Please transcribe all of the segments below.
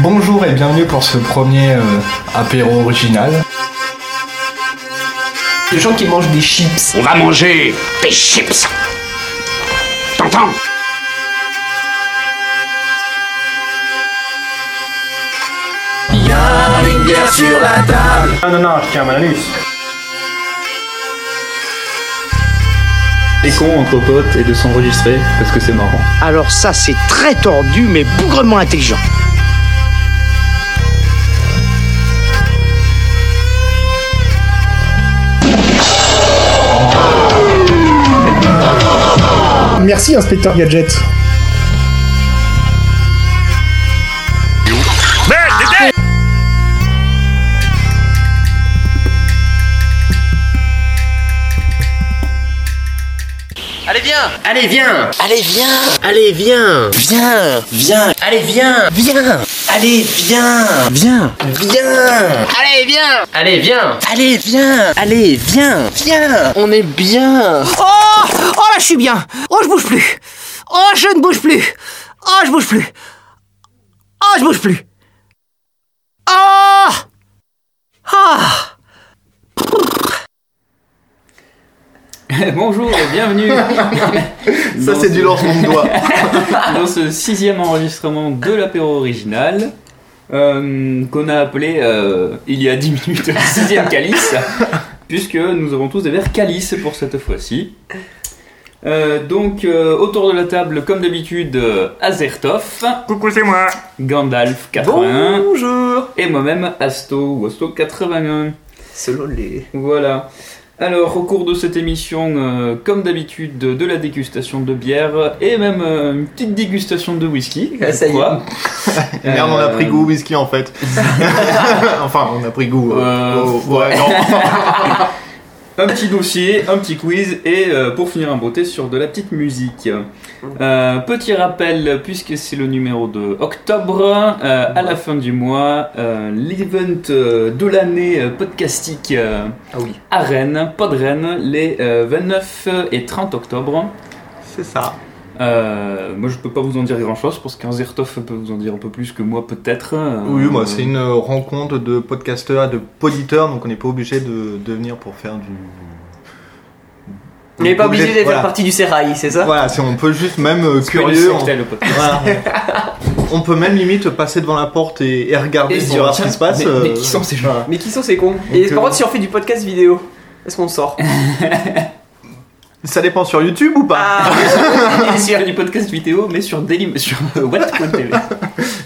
Bonjour et bienvenue pour ce premier euh, apéro original. Les gens qui mangent des chips. On va manger des chips. T'entends Non, non, non, je tiens mon anus. Les cons entre potes et de s'enregistrer parce que c'est marrant. Alors ça, c'est très tordu, mais bougrement intelligent. Merci, inspecteur Gadget. Allez, viens Allez, viens Allez, viens Viens Viens Allez, viens Viens Allez, viens Viens Viens Allez, viens Allez, viens Allez, viens Allez, viens Viens On est bien Oh Oh là, je suis bien Oh, je bouge plus Oh, je ne bouge plus Oh, je bouge plus Oh, je bouge plus Oh Ah Bonjour et bienvenue Ça, Dans c'est ce- du lancement de doigts. dans ce sixième enregistrement de l'apéro original euh, qu'on a appelé euh, il y a 10 minutes le sixième calice puisque nous avons tous des verres calice pour cette fois-ci. Euh, donc euh, autour de la table comme d'habitude euh, Azertov, Coucou, c'est moi. Gandalf 81 Bonjour et moi-même Asto ou Asto 81. Selon les... Voilà. Alors, au cours de cette émission, euh, comme d'habitude, de, de la dégustation de bière et même euh, une petite dégustation de whisky. Ah, je ça y est. crois. Merde, on a Euh, pris goût au whisky en fait. enfin, on a pris goût. euh, Euh, au- ouais, non. Un petit dossier, un petit quiz et euh, pour finir en beauté sur de la petite musique. Euh, petit rappel, puisque c'est le numéro de octobre, euh, à la fin du mois, euh, l'event euh, de l'année euh, podcastique euh, Ah oui. à Rennes, Pod Rennes, les euh, 29 et 30 octobre. C'est ça. Euh, moi, je peux pas vous en dire grand chose parce qu'Anzertov peut vous en dire un peu plus que moi, peut-être. Euh, Oui, moi, c'est une euh, rencontre de podcasteurs, de poditeurs, donc on n'est pas obligé de, de venir pour faire du. On n'est pas obligé de faire voilà. partie du sérail, c'est ça Voilà, c'est- on peut juste même euh, C'est pas une curieux. secte, le podcast. Voilà. on peut même limite passer devant la porte et, et regarder Et se pour dire, voir ce qui se passe. Mais, mais euh, qui sont ces gens Mais qui sont ces cons Et Donc, par euh, contre, si on fait du podcast vidéo, est-ce qu'on sort Ça dépend sur YouTube ou pas Ah Ils Euh, sur du podcast vidéo, mais sur Daily, sur euh, What.tv, Ah.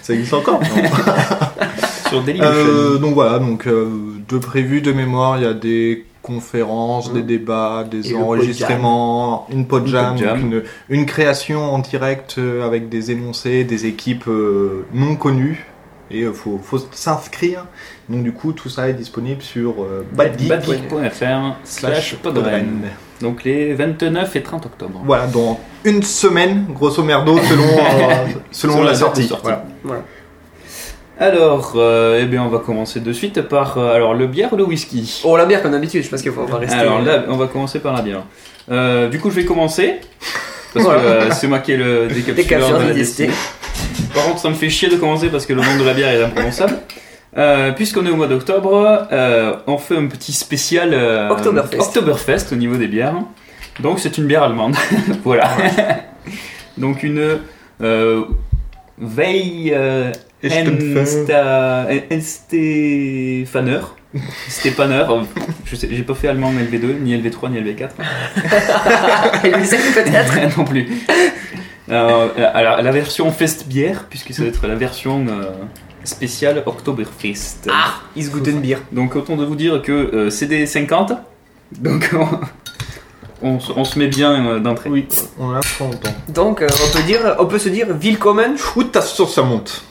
Ça existe encore. sur Dailymotion. Euh, donc voilà, donc euh, de prévu de mémoire, il y a des conférences, Mmh. des débats, des Et le enregistrements, une Une podjam, podjam. donc une, une création en direct euh, avec des énoncés, des équipes euh, non connues. Et il faut, faut s'inscrire. Donc du coup, tout ça est disponible sur euh, Badgeek Badgeek.fr slash podren. Donc les 29 et 30 octobre. Voilà, dans une semaine, grosso merdo, selon, euh, selon, Selon la la, date de sortie. sortie. Voilà. Alors, euh, eh bien, on va commencer de suite par euh, alors le bière ou le whisky Oh, la bière comme d'habitude, je pense qu'il faut pas rester... euh, Alors là, on va commencer par la bière. Euh, du coup, je vais commencer. Parce que Voilà. euh, c'est moi qui ai le Des décapsuleur captures de la de destinée. destinée. Par contre, ça me fait chier de commencer parce que le nom de la bière est imprononçable. Euh, Puisqu'on est au mois d'octobre, euh, on fait un petit spécial euh, Oktoberfest. Oktoberfest au niveau des bières. Donc c'est une bière allemande, voilà. Donc une euh, Veille euh, Estenfer. Ensta- E- Enstefaner. Stepaner, euh, je sais, j'ai pas fait allemand en LV2, ni LV3, ni LV4. Il le sait peut-être non plus. Euh, alors, la version Fest bière, puisque ça va être la version euh, spéciale Oktoberfest. Ah Il se goûte une bière. Donc, autant de vous dire que euh, c'est des 50. Donc, on, on se- on se met bien euh, d'entrée. Oui, on a trop longtemps. Donc, euh, on peut dire, on peut se dire Willkommen Ouh, ta source, ça monte.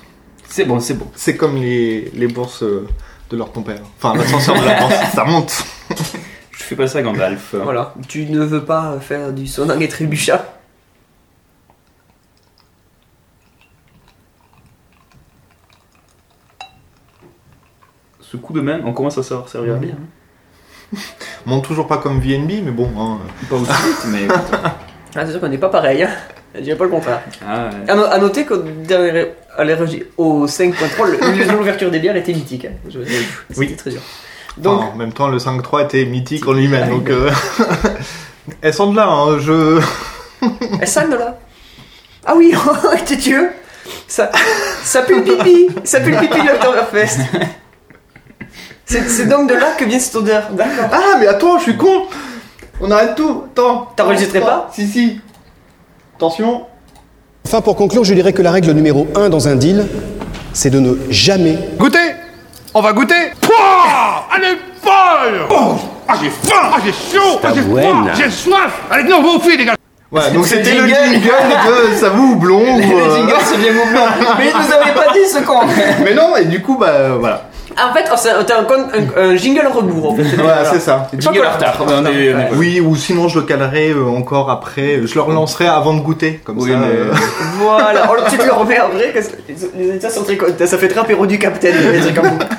C'est bon, c'est bon. C'est comme les, les bourses euh, de leur ton père. Enfin, l'ascenseur de la bourse, ça monte. Je fais pas ça, Gandalf. Voilà. Tu ne veux pas faire du soningue et trébuchat Ce coup de main, on commence à savoir servir bien. Monte toujours pas comme VNB, mais bon. hein. Pas aussi vite, mais. Ah, c'est sûr qu'on n'est pas pareil, hein Elle dirait pas le contraire. Ah, ouais. À, no- à noter qu'au dernier. À l'RG, au 5.3, le- le- l'ouverture des bières était mythique. hein. Je veux dire, C'était Oui. très dur. Donc, Donc, en même temps, le 5-3 était mythique en lui-même. Donc, euh, elles sont de là. Hein, je... elle sonne là Ah oui, t'es Dieu ça, ça pue le pipi Ça pue le pipi de l'Oktoberfest C'est c'est donc de là que vient cette odeur, d'accord Ah, mais attends, je suis con On arrête tout. Attends. T'enregistrais Attends. pas Si, si. Attention. Enfin, pour conclure, je dirais que la règle numéro 1 dans un deal, c'est de ne jamais Goûtez On va goûter Pouah Allez, folle oh Ah, j'ai faim Ah, j'ai chaud Ah, j'ai froid J'ai soif Allez, non, va au fil, les gars Voilà, donc C'est c'était le le jingle jingle. de ça vous blond. euh, Les jingles, c'est bien mon plan. Mais vous avez pas dit ce con Mais non, et du coup, bah voilà. En fait, oh, c'est un, un- un- un jingle rebours en fait. Voilà, c'est ça. Jingle en retard. On est- on est- Oui, ou sinon je le calerai euh, encore après, je le relancerai avant de goûter, comme Oui, ça. mais- euh, Voilà, oh, tu te le remets en vrai, que les, les auditeurs sont très contents. Ça fait très apéro du capitaine, les trucs comme ça.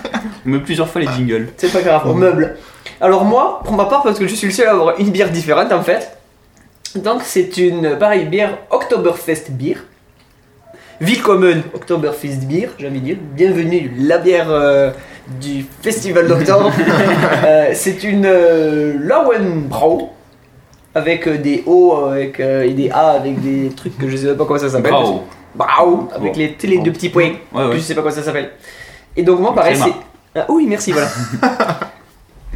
On met plusieurs fois les jingles. C'est pas grave, on Mmh. meuble. Alors, moi, pour ma part, parce que je suis le seul à avoir une bière différente en fait, donc c'est une pareille bière Oktoberfest Beer. Ville commune, Oktoberfest Beer, j'ai envie de dire. Bienvenue, la bière euh, du Festival d'Octobre. Euh, c'est une euh, Lauenbrau avec euh, des O avec, euh, et des A avec des trucs que je sais même pas comment ça s'appelle. Bravo. Bravo, avec Bon. les, tu sais, les deux petits points. Ouais, ouais. Je sais pas comment ça s'appelle. Et donc moi pareil, Crema. c'est... Ah, oui, merci, voilà.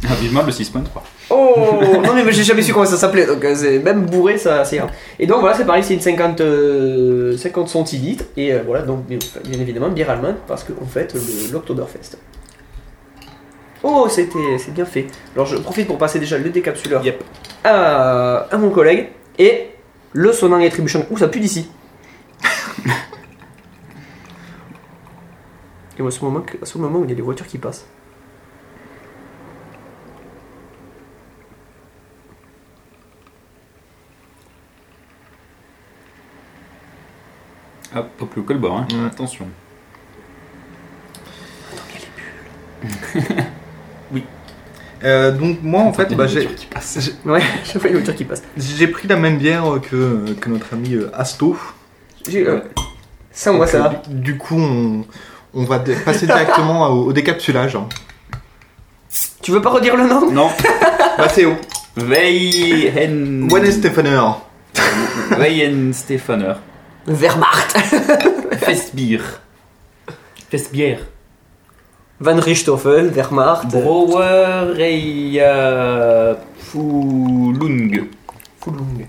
Ah, vivement le 6.3. Oh Non mais j'ai jamais su comment ça s'appelait, donc euh, c'est... même bourré, ça c'est rare. Et donc voilà, c'est pareil, c'est une 50, euh, 50 centilitres. Et euh, voilà, donc bien bien évidemment, bière allemande, parce qu'on fête le- l'Oktoberfest. Oh, c'était c'est bien fait. Alors je profite pour passer déjà le décapsuleur Yep. à, à mon collègue et le Sonang Attribution. Ouh, ça pue d'ici. Et moi, à ce moment, que- à ce moment où il y a des voitures qui passent. Ah, pas plus haut que le bord, hein. Ouais. Attention. euh, donc moi en fait, Attends, bah, il y a une j'ai voiture qui passe. Ouais, chaque fois il y a une voiture qui passe. j'ai pris la même bière euh, que, euh, que notre ami euh, Asto. J'ai- euh, ça, moi, ça va. Donc, euh, Du, du coup, on, on va dé- passer directement au, au décapsulage. hein. Tu veux pas redire le nom Non. Bah c'est au Weihen. One Stephaner. Weihen Stefaner. Wehrmacht. Festbier. Festbier. Van Richthofen, Wehrmacht. Brouwer et. euh, Pfulung. Fulung.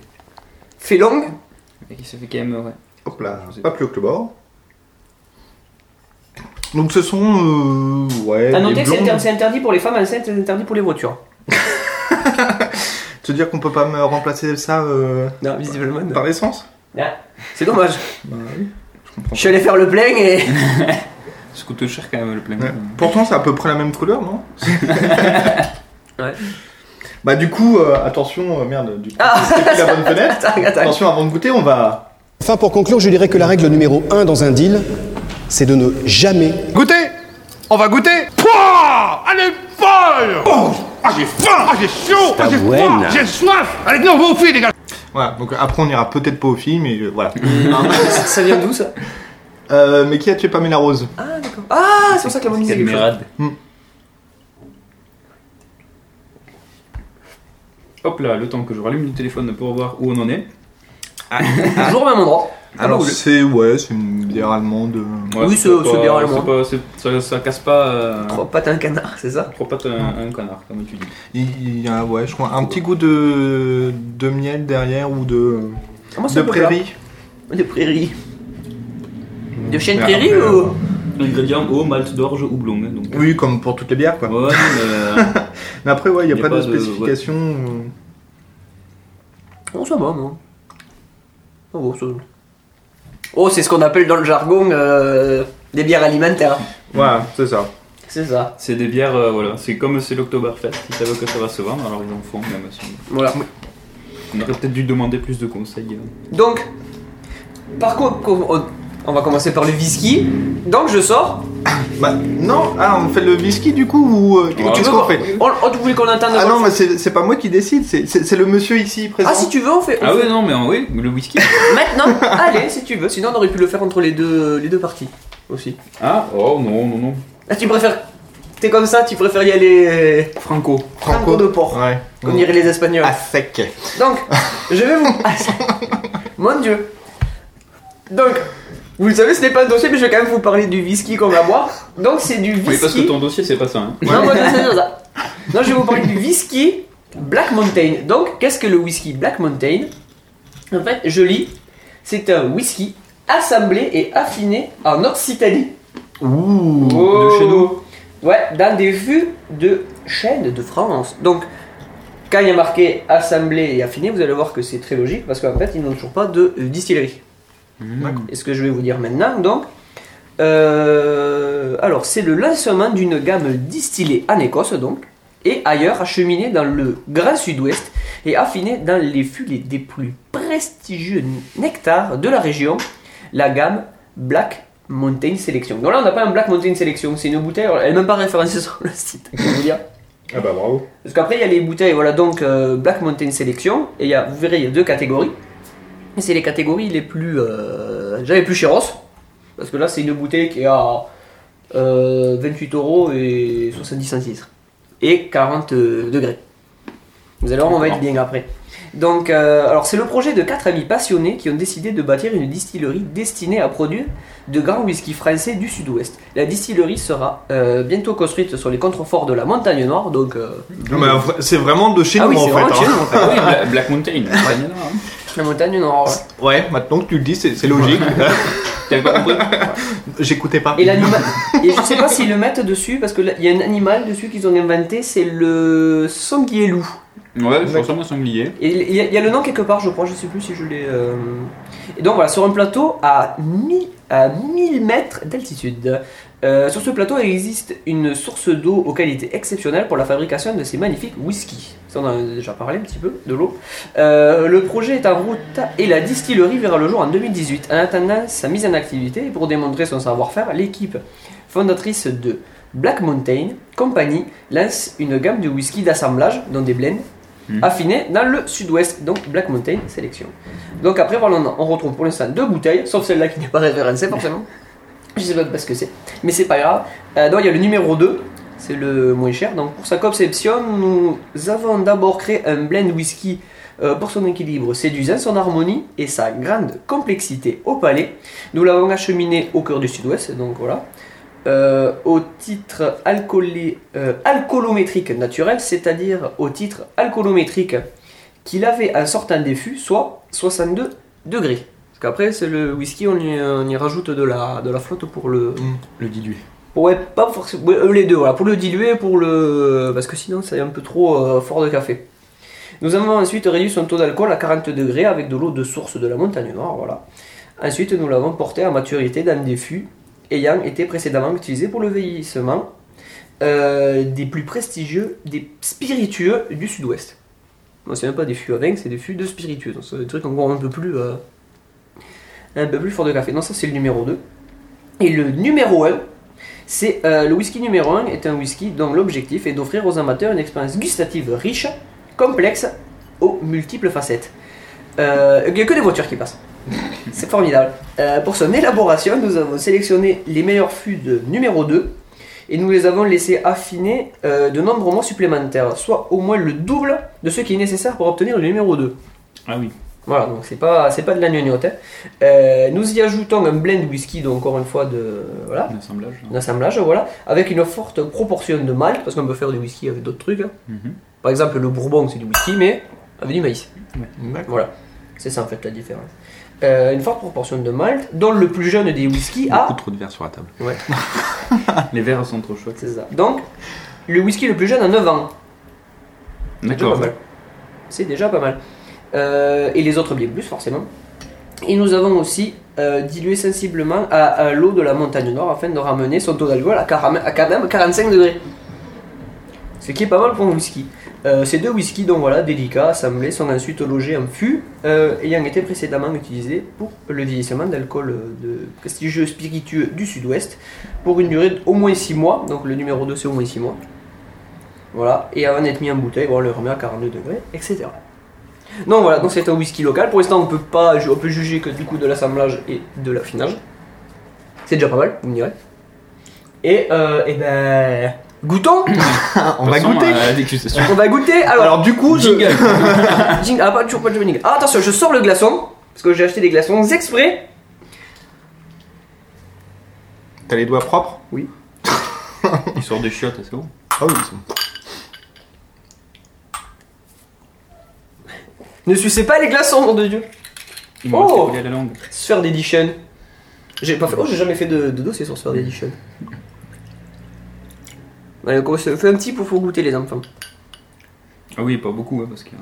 Felong Il se fait quand même, ouais. Hop là, pas plus haut que le bord. Donc ce sont... euh, ouais, T'as des noté que c'est blondes. inter- c'est interdit pour les femmes enceintes, c'est interdit pour les voitures. Se dire qu'on peut pas me remplacer ça euh, Non, visiblement. par l'essence C'est dommage. Bah oui. Je suis allé faire le plein et. Ça coûte cher quand même le plein. Ouais. Pourtant c'est à peu près la même couleur, non Ouais. Bah du coup, euh, attention, euh, merde, du coup, Ah. c'est plus la bonne fenêtre. Attends, attends. Attention, avant de goûter, on va... Enfin, pour conclure, je dirais que la règle numéro 1 dans un deal, c'est de ne jamais Goûtez On va goûter Pouah Allez, folle oh Ah, j'ai faim Ah, j'ai chaud Ah, j'ai froid J'ai soif Allez, non, va au fil, les gars Voilà, donc après on ira peut-être pas au film, mais euh, voilà. Ça vient d'où ça Euh, mais qui a tué Pamela Rose Ah, d'accord. Ah, c'est pour ça que la bonne musique. Cadmerade. Hop là, le temps que je rallume le téléphone pour voir où on en est. Toujours au même endroit. Alors bah, oui. c'est ouais, c'est une bière allemande. euh, Ouais, Oui, c'est c'est- c'est pas- bien allemand. c'est pas- c'est- ça, ça casse pas. euh, Trois pattes à un canard, c'est ça Trois pattes à un, un canard, comme tu dis. Il il y a ouais, je crois un petit goût de de miel derrière ou de Ah, moi, c'est de un peu plat. prairie. Mmh. De prairie. De chienne Mais prairie après, euh, ou. Ingrédients eau, malt d'orge, houblon. hein, Donc, Oui, comme pour toutes les bières quoi. Ouais, mais, euh, Mais après ouais, il y a, pas, de spécification. euh, Non, ça va, moi. Oh, bon, ça va. Oh, c'est ce qu'on appelle dans le jargon euh, des bières alimentaires. Voilà, c'est ça. C'est ça. c'est des bières, euh, voilà. C'est comme c'est l'Oktoberfest. Ils savent que ça va se vendre, alors ils en font, même. si- Voilà. On aurait peut-être dû demander plus de conseils. euh. Donc, par contre, qu'on- on, On va commencer par le whisky. Donc je sors. Bah non, ah, on fait le whisky du coup ou euh, qu'est-ce qu'on fait On, on- vous voulez qu'on entende Ah dans non, le- mais c'est c'est pas moi qui décide, c'est- c'est c'est le monsieur ici présent. Ah si tu veux, on fait. on Ah fait- ouais, non, mais euh, oui, le whisky. Maintenant, allez, si tu veux. Sinon, on aurait pu le faire entre les deux, les deux parties aussi. Ah, oh non, non, non. Ah, tu préfères. T'es comme ça, tu préfères y aller. euh, Franco. Franco de porc. Ouais. Ah, Comme diraient les Espagnols. À sec. Donc, je vais vous. Ah, ça- Mon dieu. Donc, vous le savez, ce n'est pas un dossier, mais je vais quand même vous parler du whisky qu'on va boire. Donc, c'est du whisky. Oui, parce que ton dossier, c'est pas ça. hein. Non, moi, je sais pas ça. Non, je vais vous parler du whisky Black Mountain. Donc, qu'est-ce que le whisky Black Mountain En fait, je lis, c'est un whisky assemblé et affiné en Occitanie. Ouh, de chez nous. Ouais, dans des vues de chêne de France. Donc, quand il y a marqué assemblé et affiné, vous allez voir que c'est très logique parce qu'en fait, ils n'ont toujours pas de euh, distillerie. Et ce que je vais vous dire maintenant, donc, euh, alors, c'est le lancement d'une gamme distillée en Écosse, donc, et ailleurs, acheminée dans le Grand Sud-Ouest et affinée dans les fûts des plus prestigieux nectars de la région, la gamme Black Mountain Selection. Donc là, on n'a pas un Black Mountain Selection, c'est une bouteille, alors, elle n'est même pas référencée sur le site, je vais vous dire. Ah bah bravo. Parce qu'après, il y a les bouteilles, voilà, donc euh, Black Mountain Selection, et il y a, vous verrez, il y a deux catégories. Et c'est les catégories les plus. euh, déjà les plus chéros, parce que là, c'est une bouteille qui est à euh, 28 euros et 70 centilitres, et 40 euh, degrés. Vous allez voir, on va être bien après. Donc, euh, alors c'est le projet de quatre amis passionnés qui ont décidé de bâtir une distillerie destinée à produire de grands whisky français du sud-ouest. La distillerie sera euh, bientôt construite sur les contreforts de la montagne noire, donc euh, Non, mais vra- c'est vraiment de chez Ah nous oui, en c'est fait. vraiment hein. chez nous, en fait. Ah oui, Bla- Black Mountain. T'avais La montagne noire. ouais. Ouais, maintenant que tu le dis, c'est c'est logique. pas compris J'écoutais pas. Et l'animal. Et je sais pas s'ils le mettent dessus parce que là, il y a un animal dessus qu'ils ont inventé, c'est le sanglier loup. Ouais, je ressemble à sanglier. Et il y, a- il y a le nom quelque part, je crois, je sais plus si je l'ai. euh, Et donc voilà, sur un plateau à 1000 à 1000 mètres d'altitude. Euh, sur ce plateau, il existe une source d'eau aux qualités exceptionnelles pour la fabrication de ces magnifiques whisky. Ça, on en a déjà parlé un petit peu de l'eau. Euh, le projet est en route et la distillerie verra le jour en 2018. En attendant sa mise en activité et pour démontrer son savoir-faire, l'équipe fondatrice de Black Mountain Company lance une gamme de whisky d'assemblage dans des blends affiné dans le sud-ouest, donc Black Mountain Sélection. Donc après, voilà, on- on retrouve pour l'instant deux bouteilles, sauf celle-là qui n'est pas référencée forcément. Je sais pas ce que c'est, mais c'est pas grave. Euh, donc il y a le numéro 2, c'est le moins cher. Donc pour sa conception, nous avons d'abord créé un blend whisky euh, pour son équilibre séduisant, son harmonie et sa grande complexité au palais. Nous l'avons acheminé au cœur du sud-ouest, donc voilà. Euh, au titre alcoolé, euh, alcoolométrique naturel, c'est-à-dire au titre alcoolométrique qu'il avait en sortant des fûts, soit 62 degrés. Parce qu'après, c'est le whisky, on y, on y rajoute de la, de la flotte pour le. Le dilué. Ouais, pas forcément. ouais, euh, les deux, voilà. Pour le diluer, pour le. Parce que sinon, c'est un peu trop euh, fort de café. Nous avons ensuite réduit son taux d'alcool à 40 degrés avec de l'eau de source de la montagne noire, voilà. Ensuite, nous l'avons porté à maturité dans des fûts ayant été précédemment utilisés pour le vieillissement euh, des plus prestigieux, des spiritueux du sud-ouest. Moi, c'est même pas des fûts à vin, c'est des fûts de spiritueux. Donc, c'est des trucs encore un peu plus. euh, un peu plus fort de café. Non, ça, c'est le numéro 2. Et le numéro 1, c'est euh, le whisky numéro 1 est un whisky dont l'objectif est d'offrir aux amateurs une expérience gustative riche, complexe, aux multiples facettes. Euh, Il n'y a que des voitures qui passent. C'est formidable. Euh, pour son élaboration, nous avons sélectionné les meilleurs fûts de numéro 2 et nous les avons laissés affiner euh, de nombreux mois supplémentaires, soit au moins le double de ce qui est nécessaire pour obtenir le numéro 2. Ah oui. Voilà, donc c'est pas, c'est pas de la gnognotte. hein. Euh, nous y ajoutons un blend whisky, donc encore une fois de. Voilà L'assemblage. un assemblage, voilà, avec une forte proportion de malt, parce qu'on peut faire du whisky avec d'autres trucs. hein. Mhm. Par exemple, le bourbon, c'est du whisky, mais avec du maïs. D'accord. Voilà, c'est ça en fait la différence. Euh, une forte proportion de malt, dont le plus jeune des whiskies a. Ah. Beaucoup trop de verres sur la table. Ouais. Les verres sont trop chauds. C'est ça. Donc, le whisky le plus jeune a 9 ans. C'est déjà D'accord. pas Bah, mal. C'est déjà pas mal. Euh, et les autres bien plus, forcément. Et nous avons aussi euh, dilué sensiblement à, à l'eau de la montagne nord afin de ramener son taux d'alcool à, 40 à quand même 45 degrés. Ce qui est pas mal pour un whisky. Euh, ces deux whiskies, donc voilà, délicats, assemblés, sont ensuite logés en fût, euh, ayant été précédemment utilisés pour le vieillissement d'alcool euh, de prestigieux spiritueux du sud-ouest, pour une durée d'au moins 6 mois, donc le numéro 2 c'est au moins 6 mois. Voilà, et avant d'être mis en bouteille, bon, on le remet à 42 degrés, etc. Non, voilà, donc c'est un whisky local. Pour l'instant, on peut pas, ju- on peut juger que du coup de l'assemblage et de l'affinage. C'est déjà pas mal, vous me direz. Et, euh, et ben, goûtons. On va goûter. On va goûter. Alors, Alors, du coup, je- jingle. Jing- ah, pas toujours pas de jingle. Ah, attention, je sors le glaçon parce que j'ai acheté des glaçons exprès. T'as les doigts propres Oui. Il sort des chiottes, c'est bon Ah oui, ils sont- Ne sucez pas les glaçons, mon de Dieu. Il Oh. m'a fait couler la langue. Sphere d'Edition. J'ai pas fait. Oh, j'ai jamais fait de, de dossier sur Sphere d'Edition. Allez, on commence- fais un petit pour, pour goûter les enfants. Ah oui, pas beaucoup, hein, parce qu'il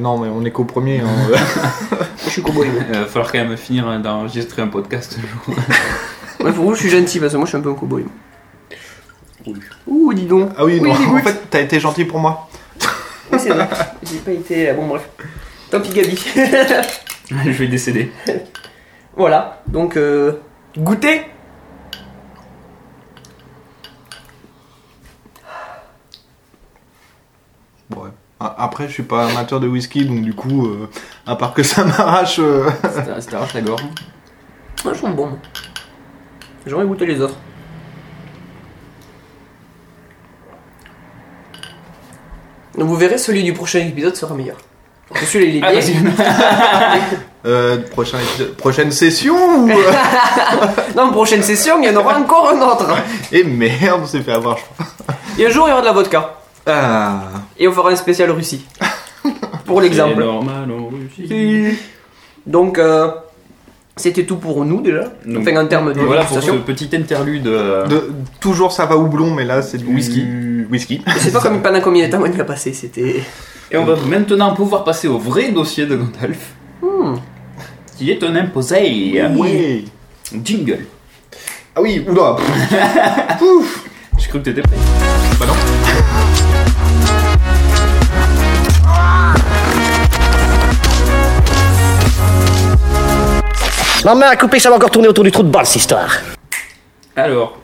Non, mais on est qu'au premier. hein. Je suis cowboy. moi. Euh, va falloir quand même finir hein, d'enregistrer un podcast un jour. Ouais, pour vous, je suis gentil parce que moi, je suis un peu un cowboy. Ouh, dis donc. ah oui, non. il en dégoûte. fait, t'as été gentil pour moi. Oui, c'est vrai. J'ai pas été. euh, Bon, bref. Tant pis, Gabi. Je vais décéder. voilà. Donc, euh, goûter. Ouais. A- Après, je suis pas amateur de whisky, donc du coup, euh, à part que ça m'arrache. euh, Ça ça t'arrache la gorge. Ah, ils sont bons. J'aimerais goûter les autres. Donc, vous verrez, celui du prochain épisode sera meilleur. Parce que celui-là, il est Ah, bien. vas-y. euh, prochain épisode- prochaine session ou, euh, Non, prochaine session, il y en aura encore un autre. Et Eh, merde, on s'est fait avoir, je crois. Et un jour, il y aura de la vodka. Ah. Et on fera un spécial Russie. Pour C'est l'exemple. normal en Russie. Donc, euh, c'était tout pour nous déjà. Donc, enfin, en termes de Voilà pour ce dégustation. petit interlude. euh, De- toujours ça va houblon, mais là c'est du Whisky. Whisky. Je sais pas comme- pendant combien de temps on y a passé. C'était. Et on va maintenant pouvoir passer au vrai dossier de Gandalf. Qui est un imposé. Ouais. Jingle. Ah oui, oula. J'ai cru que t'étais prêt. bah non. Ma main a coupé, ça va encore tourner autour du trou de balle, cette histoire. Alors,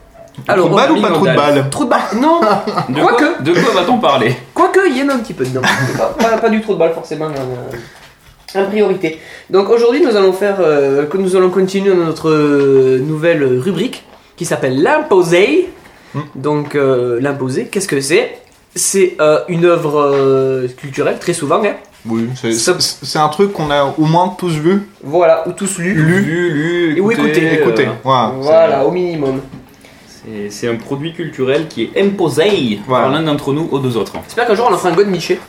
Alors, Trou de balle ou pas trou de Gandalf. balle Trop de balles. Non de quoi, Quoique. de quoi va-t-on parler Quoique, il y en a un petit peu dedans. pas, pas- pas du trop de balle forcément. euh, En, en priorité. Donc aujourd'hui, nous allons faire, euh, que nous allons continuer notre euh, nouvelle rubrique qui s'appelle l'imposé. Hmm. Donc euh, l'imposé, qu'est-ce que c'est C'est euh, une œuvre euh, culturelle très souvent. hein. Oui, c'est- Ça- c'est c'est un truc qu'on a au moins tous Euh, vu. Voilà, ou tous lus. Lu, lu, Et ou écouter, euh, Écoutez, voilà. Voilà, au minimum. C'est c'est un produit culturel qui est imposé Voilà. par l'un d'entre nous aux deux autres. J'espère qu'un jour on en fera un god miché.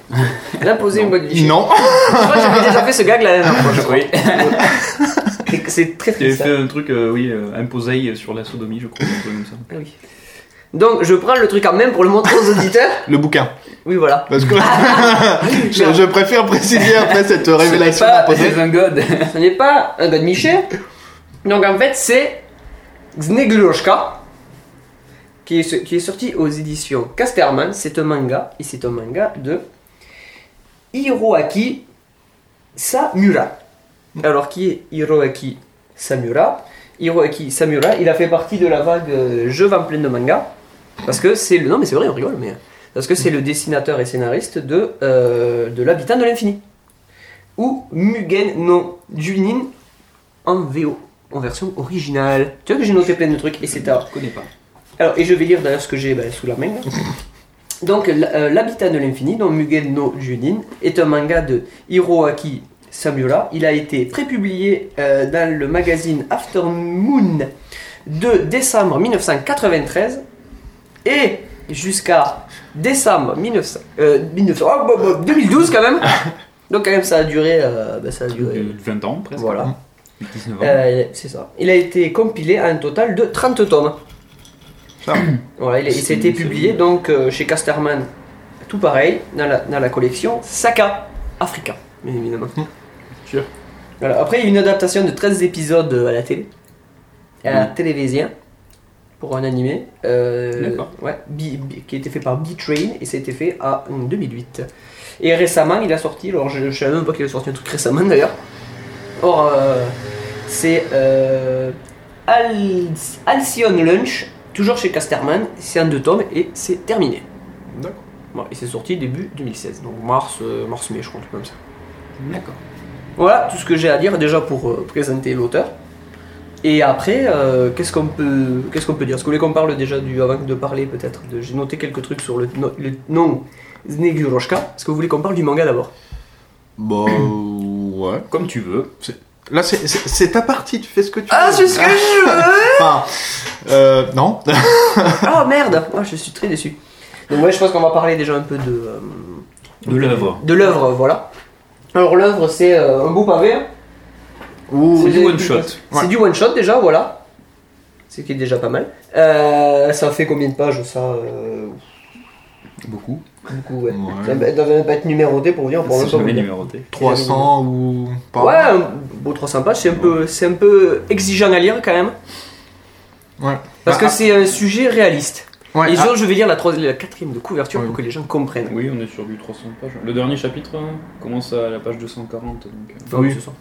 L'imposer un god miché. Non, Je crois que j'avais déjà fait ce gag la dernière fois. je Oui. crois. C'est- C'est très Tu très avais fait un truc, euh, oui, euh, imposé sur la sodomie, je crois, un truc comme ça. Ah oui. Donc je prends le truc en même pour le montrer aux auditeurs. le bouquin. Oui voilà. Parce que je, je préfère préciser après cette révélation pas- imposée. C'est un god. Ce n'est pas un god miché. Donc en fait c'est Zneguloshka qui est, ce- qui est sorti aux éditions Casterman. C'est un manga et c'est un manga de Hiroaki Samura. Alors qui est Hiroaki Samura Hiroaki Samura, il a fait partie de la vague euh, Je vends plein de manga. Parce que c'est le. Non mais c'est vrai, on rigole, mais. euh, Parce que c'est le dessinateur et scénariste de, euh, de l'habitant de l'infini. Ou Mugen no Junin en VO, en version originale. Tu vois que j'ai noté plein de trucs et c'est à Je connais pas. alors, et je vais lire d'ailleurs ce que j'ai bah, sous la main. là. Donc, l- euh, L'habitat de l'infini, dont Mugen no Junin, est un manga de Hiroaki Samura. Il a été prépublié euh, dans le magazine Aftermoon de décembre 1993 et jusqu'à décembre 1900 euh, 1900 oh, bah, bah, 2012 quand même. Donc quand même ça a duré, euh, bah, ça a duré. De 20 ans presque. Voilà. 19 ans. Euh, c'est ça. Il a été compilé à un total de 30 tomes. Ça. Voilà, il, a- il C'est- s'était c'est- publié donc euh, chez Casterman, tout pareil, dans la, dans la collection Saka Africa, bien évidemment. Sûr. euh, Voilà, Après, il y a eu une adaptation de 13 épisodes à la télé, à la télévision, pour un animé. euh, D'accord. ouais, Bi- Bi- qui a été fait par B-Train et ça a été fait à- en 2008. Et récemment, il a sorti, alors je, je savais même pas qu'il a sorti un truc récemment d'ailleurs. Or, euh, c'est euh, Al- Alcyon Lunch, toujours chez Casterman, c'est en deux tomes et c'est terminé. D'accord. Bon, et c'est sorti début 2016, donc mars, euh, mars-mai, je crois, un truc comme ça. D'accord. Voilà tout ce que j'ai à dire déjà pour euh, présenter l'auteur. Et après, euh, qu'est-ce qu'on peut, qu'est-ce qu'on peut dire Est-ce que vous voulez qu'on parle déjà du avant de parler peut-être de- J'ai noté quelques trucs sur le, no- le nom Zneguroshka. Est-ce que vous voulez qu'on parle du manga d'abord Bah, ouais. Comme tu veux. Là, c'est- c'est c'est ta partie, tu fais ce que tu veux. Ah, c'est ce que je veux Enfin, euh, non. Oh merde Ah, Je suis très déçu. Donc ouais, je pense qu'on va parler déjà un peu de euh, De l'œuvre. de l'œuvre, voilà. Alors l'œuvre, c'est euh, un beau pavé. hein. C'est Vous du avez one tout- shot. C'est du one shot déjà, voilà. Ce qui est déjà pas mal. Euh, ça fait combien de pages ça euh, Beaucoup. Beaucoup, ouais. Ouais. Ça ne devait même pas être numéroté pour dire, pour C'est l'instant. jamais vous dire. numéroté. 300 ou pas. Ouais, un beau 300 pages, c'est un, peu, c'est un peu exigeant à lire quand même. Ouais. Parce Bah, que c'est un sujet réaliste. ah, ouais, Et ah, sur, je vais lire la, troisi- la quatrième de couverture Ouais. pour que les gens comprennent. Oui, on est sur du 300 pages. Le dernier chapitre hein, commence à la page 240. Donc, euh, Enfin, Oui. ce soir.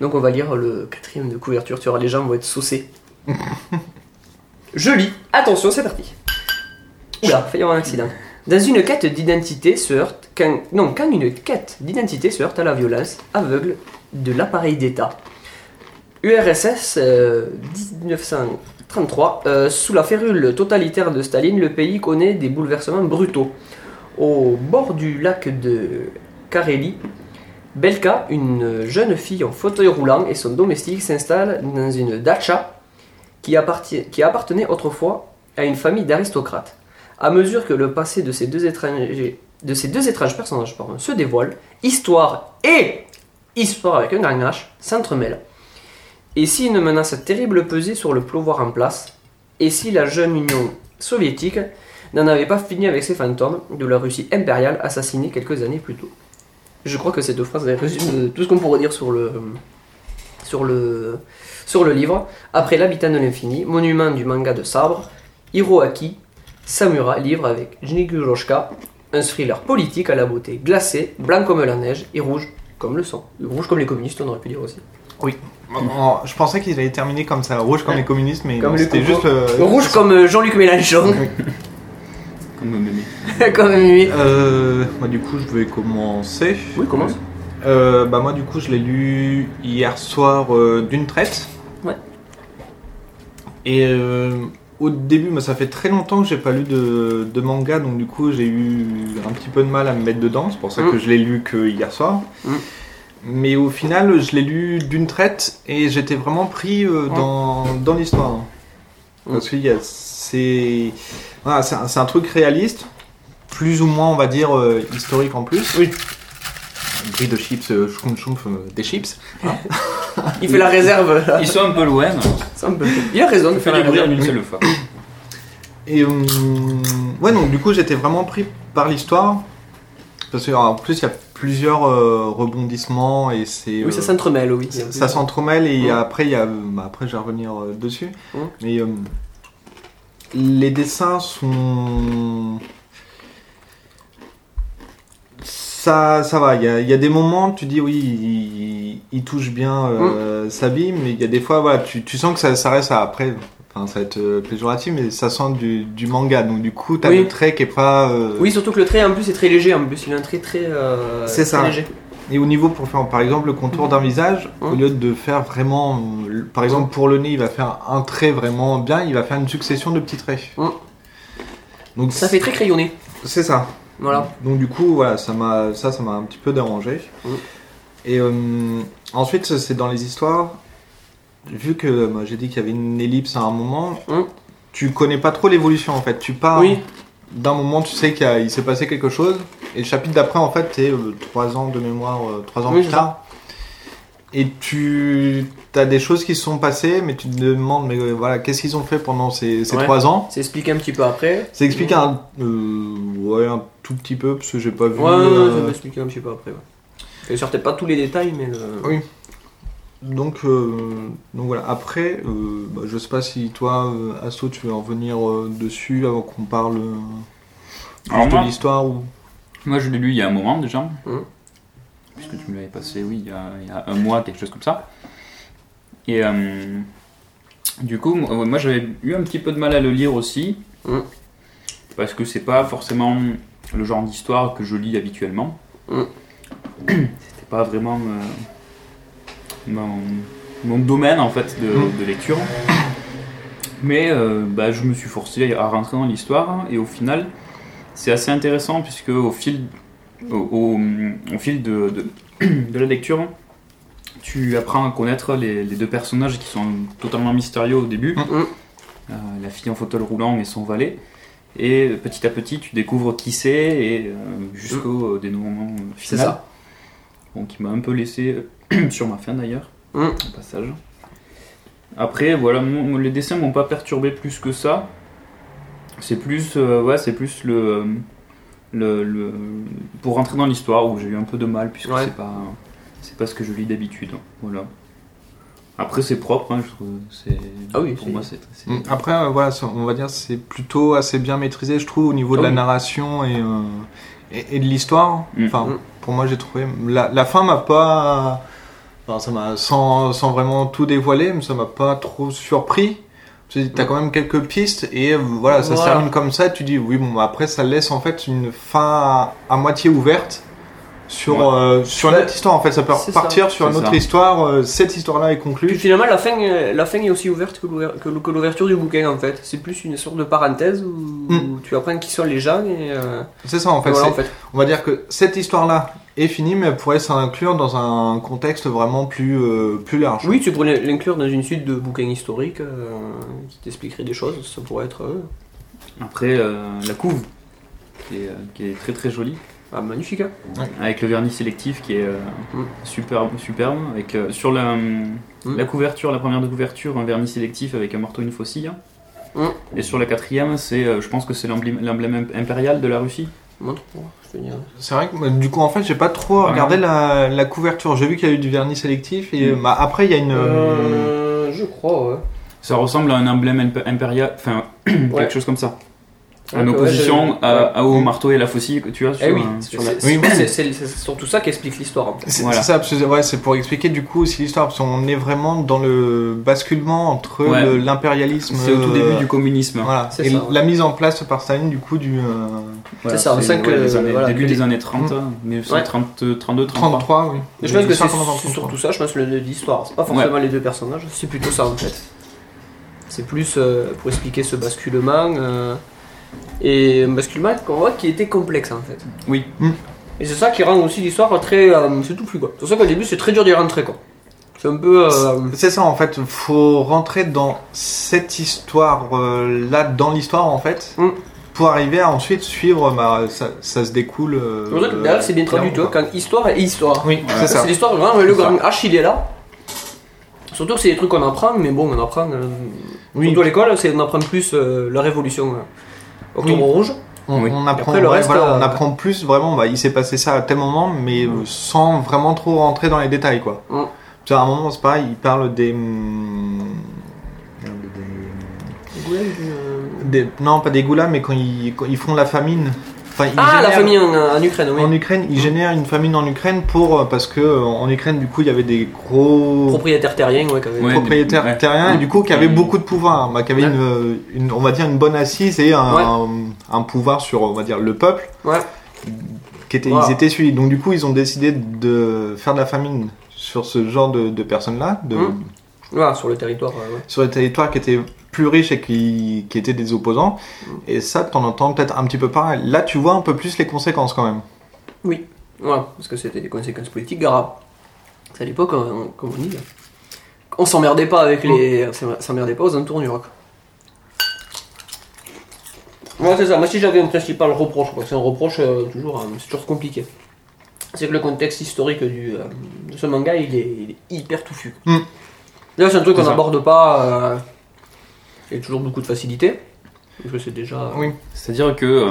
Donc on va lire le quatrième de couverture, tu vois, les gens vont être saucés. Je lis. Attention, c'est parti. Oula, failli avoir un accident. Dans une quête d'identité se heurte... Quand, non, quand une quête d'identité se heurte à la violence aveugle de l'appareil d'État. URSS euh, 1933, euh, sous la férule totalitaire de Staline, le pays connaît des bouleversements brutaux. Au bord du lac de Karélie, Belka, une jeune fille en fauteuil roulant et son domestique s'installent dans une dacha qui, appartient- qui appartenait autrefois à une famille d'aristocrates. À mesure que le passé de ces deux étrangers, de ces deux étranges personnages pardon, se dévoile, histoire et histoire avec un grand H s'entremêlent. Et si une menace terrible pesait sur le pouvoir en place, et si la jeune Union soviétique n'en avait pas fini avec ces fantômes de la Russie impériale assassinée quelques années plus tôt. Je crois que ces deux phrases elles résument euh, tout ce qu'on pourrait dire sur le, sur le, sur le livre. Après l'habitant de l'infini, monument du manga de sabre, Hiroaki Samura, livre avec Jiniguroshka, un thriller politique à la beauté glacée, blanc comme la neige et rouge comme le sang. Rouge comme les communistes, on aurait pu dire aussi. en- en- je pensais qu'ils allaient terminer comme ça, rouge comme les communistes, mais Comme non, les c'était cocos. juste. euh, Rouge comme euh, Jean-Luc Mélenchon, Comme mémé. comme lui. Euh, bah, du coup, je vais commencer. Oui, commence. Euh, bah moi du coup je l'ai lu hier soir euh, d'une traite. Ouais. Et euh, au début, bah, ça fait très longtemps que j'ai pas lu de, de manga, donc du coup j'ai eu un petit peu de mal à me mettre dedans. C'est pour ça que Mm. je l'ai lu que hier soir. Mm. Mais au final, je l'ai lu d'une traite et j'étais vraiment pris euh, dans, dans l'histoire. Mm. Parce que c'est voilà, c'est un, c'est un truc réaliste, plus ou moins on va dire euh, historique en plus. Oui. Bris de chips, euh, schrumpf, schrumpf, euh, des chips. Il fait la réserve. là. Ils sont un peu loin. On C'est un peu- Il a raison de fait faire la des bruits en réserve. une seule fois. Et euh, ouais, donc du coup j'étais vraiment pris par l'histoire. Parce qu'en plus il y a plusieurs euh, rebondissements et c'est. Oui, ça euh, s'entremêle, oui. ça- ça s'entremêle et Mm. après il y a, bah, après je vais revenir euh, dessus Mm. mais euh, les dessins sont ça ça va il y, a- il y a des moments tu dis oui il, il touche bien euh, sa vie mais il y a des fois voilà tu, tu sens que ça, ça reste à- après enfin ça va être euh, péjoratif mais ça sent du, du manga donc du coup t'as Oui. le trait qui est pas euh, Oui, surtout que le trait en plus est très léger. En plus, il a un trait très, euh, C'est très ça. léger. Et au niveau, pour faire, par exemple, le contour d'un visage, au Mhm. lieu de faire vraiment, euh, par exemple, pour le nez, il va faire un trait vraiment bien, il va faire une succession de petits traits. Mhm. Donc Ça fait très crayonné. c'est ça. Voilà. Donc du coup, voilà, ça m'a, ça, ça m'a un petit peu dérangé. Mhm. Et euh, ensuite, c'est dans les histoires. Vu que euh, moi, j'ai dit qu'il y avait une ellipse à un moment, Mhm. tu connais pas trop l'évolution en fait. Tu pars Oui. d'un moment, tu sais qu'il y a- il s'est passé quelque chose, et le chapitre d'après, en fait, t'es euh, trois ans de mémoire, euh, trois ans Oui, plus c'est tard. Et tu as des choses qui se sont passées, mais tu te demandes, mais euh, voilà, qu'est-ce qu'ils ont fait pendant ces, ces Ouais. trois ans C'est expliqué un petit peu après. C'est expliqué un, euh, ouais, un tout petit peu, parce que j'ai pas vu. Ouais, ouais, ouais, euh, ça va expliquer un petit peu après. Ouais. Et sortait pas tous les détails, mais le. Oui. Donc, euh, donc voilà, après, euh, bah, je sais pas si toi, euh, Asso, tu veux en venir euh, dessus avant qu'on parle euh, plus Alors de moi- l'histoire ou... Moi, je l'ai lu il y a un moment déjà. Puisque tu me l'avais passé, oui, il y, a, il y a un mois, quelque chose comme ça. Et euh, du coup, moi, moi, j'avais eu un petit peu de mal à le lire aussi. Parce que c'est pas forcément le genre d'histoire que je lis habituellement. C'était pas vraiment euh, mon, mon domaine en fait de, de lecture. Mais euh, bah, je me suis forcé à rentrer dans l'histoire hein, et au final, c'est assez intéressant puisque au fil, au, au- au fil de, de- de la lecture, tu apprends à connaître les, les deux personnages qui sont totalement mystérieux au début, Mm-hmm. Euh, la fille en fauteuil roulant et son valet. Et petit à petit, tu découvres qui c'est et euh, jusqu'au euh, dénouement euh, Mm. C'est final. ça. Bon, qui m'a un peu laissé euh, sur ma fin d'ailleurs, Mm. au passage. Après, voilà, mon- mon- les dessins m'ont pas perturbé plus que ça. C'est plus, euh, ouais, c'est plus le, euh, le, le- pour rentrer dans l'histoire où j'ai eu un peu de mal puisque Ouais. c'est pas, c'est pas ce que je lis d'habitude. hein. Voilà. Après, c'est propre, hein, je trouve. C'est, Ah oui, pour c'est- moi, c'est, c'est- Mm. Après, euh, voilà, ça, on va dire c'est plutôt assez bien maîtrisé, je trouve, au niveau de Ah la oui. narration et, euh, et, et de l'histoire. Mm. Enfin, Mm. pour moi, j'ai trouvé. La, la fin m'a pas. Enfin, ça m'a. Sans, sans vraiment tout dévoiler, mais ça m'a pas trop surpris. Tu as t'as quand même quelques pistes et euh, voilà, ça se Mm. Voilà. termine comme ça. Tu dis, oui, bon, bah, après, ça laisse en fait une fin à, à moitié ouverte. Sur, Ouais. euh, sur une Ouais. autre histoire en fait, ça peut C'est ça. repartir sur une C'est autre ça. histoire, euh, cette histoire-là est conclue. Puis finalement, la fin, euh, la fin est aussi ouverte que l'ouver- que l'ou- que l'ouverture du bouquin en fait. C'est plus une sorte de parenthèse où, Mm. où tu apprends qui sont les gens et, euh, C'est ça en fait, voilà, c'est- en fait. On va dire que cette histoire-là est finie, mais elle pourrait s'inclure dans un contexte vraiment plus, euh, plus large. Oui, tu pourrais l'inclure dans une suite de bouquins historiques euh, qui t'expliquerait des choses. Ça pourrait être euh, Après, euh, la couve, qui est, euh, qui est très très jolie, ah, magnifique. hein. avec le vernis sélectif qui est euh, Mm. superbe, superbe, avec euh, sur la, hum, Mm. la couverture, la première de couverture, un vernis sélectif avec un marteau et une faucille. Mm. Et sur la quatrième, c'est, euh, je pense que c'est l'emblème, l'emblème imp- impérial de la Russie. Montre-moi, je te dirai. C'est vrai que bah, du coup, en fait, j'ai pas trop regardé la, la couverture. J'ai vu qu'il y a eu du vernis sélectif et Mm. bah, après, il y a une. euh, Euh, je crois, ouais. Ça ressemble à un emblème imp- impérial, enfin Ouais. quelque chose comme ça. en Ouais, opposition ouais, à, j'avais- à- au marteau et la faucille que tu as sur, Eh oui, euh, c'est sur la- c'est- Oui, oui. c'est- c'est- c'est surtout ça qui explique l'histoire. en fait. C'est Voilà. c'est ça, parce que, ouais, c'est pour expliquer du coup aussi l'histoire, parce qu'on est vraiment dans le basculement entre Ouais. le- l'impérialisme. C'est au tout euh, début du communisme. Voilà. C'est Et ça, ouais. la mise en place par Staline du coup du euh, Voilà, ça, on sent que, ouais, les années- voilà, début que des les- années 30, 1932, 32, 33. 33, oui. Je pense que c'est 1933. c'est surtout ça, je pense, le- l'histoire. C'est pas forcément les deux personnages, c'est plutôt ça en fait. C'est plus euh, pour expliquer ce basculement. euh, et un basculement qu'on voit qui était complexe en fait. Oui. Mm. Et c'est ça qui rend aussi l'histoire très. euh, c'est tout plus quoi. C'est pour ça qu'au début c'est très dur d'y rentrer quoi. C'est un peu. euh, C'est ça en fait, faut rentrer dans cette histoire euh, là, dans l'histoire en fait, Mm. pour arriver à ensuite suivre, bah, ça, ça se découle. euh, c'est pour ça que d'ailleurs, c'est bien traduit, tu vois, clairement, quand histoire est histoire. quoi. Oui, Voilà. c'est ça. C'est l'histoire, vraiment, le C'est ça. grand H il est là. Surtout que c'est des trucs qu'on apprend, mais bon, on apprend. euh, Oui. Surtout à l'école, c'est on apprend plus euh, la révolution. euh, Octobre Oui. rouge. On, Oui. on apprend, Après, le ouais, reste, voilà, euh, on apprend plus vraiment, bah, il s'est passé ça à tel moment, mais euh, sans vraiment trop rentrer dans les détails quoi. Mm. Puis à un moment, c'est pareil, il parle des. hum, des- non, pas des goulas, mais quand ils, quand ils font la famine. Enfin, ils Ah, la génèrent- famille en, en Ukraine, oui. En Ukraine, ils génèrent une famine en Ukraine pour euh, parce que euh, en Ukraine du coup il y avait des gros Propriétaire terrien, ouais, quand même. Ouais, des- propriétaires ouais. terriens et du coup qui avaient Mm. beaucoup de pouvoir, bah, qui avaient Ouais. une, euh, une- on va dire une bonne assise et un, Ouais. un- un pouvoir sur on va dire le peuple Ouais. qui était Voilà. ils étaient suivis. Donc du coup ils ont décidé de faire de la famine sur ce genre de, de personnes là, de, Mm. Voilà, sur le territoire, euh, ouais. sur les territoires qui étaient plus riches et qui, qui étaient des opposants. Et ça t'en entends peut-être un petit peu pareil. Là tu vois un peu plus les conséquences quand même. Oui, voilà, parce que c'était des conséquences politiques graves. C'est à l'époque, hein, on- comme on dit, on s'emmerdait pas avec les. On s'emmerdait pas aux entours du rock. Ouais, c'est ça. Moi, si j'avais un principal reproche, quoi, c'est un reproche euh, toujours, euh, c'est toujours compliqué. C'est que le contexte historique du, euh, de ce manga, il est, il est hyper touffu. Mm. Là, c'est un truc C'est qu'on ça. n'aborde pas euh, avec toujours beaucoup de facilité. Parce que c'est déjà. Oui. C'est-à-dire que euh,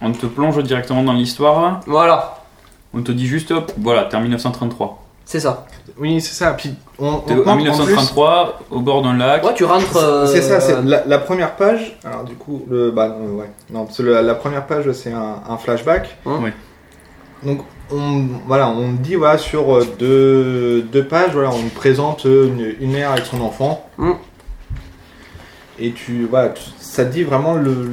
on te plonge directement dans l'histoire, Voilà. on te dit juste hop, voilà, t'es en 1933. C'est ça. Oui, c'est ça. Puis on, T'es en 1933, au bord d'un lac. Ouais, tu rentres. euh, C'est ça, c'est la, la première page. Alors du coup, le bah euh, ouais, non, parce que le- la première page c'est un, un flashback. Oui. Donc on voilà, on dit voilà sur euh, deux, deux pages, voilà, on présente euh, une, une mère avec son enfant. Mm. Et tu voilà, tu- ça te dit vraiment le,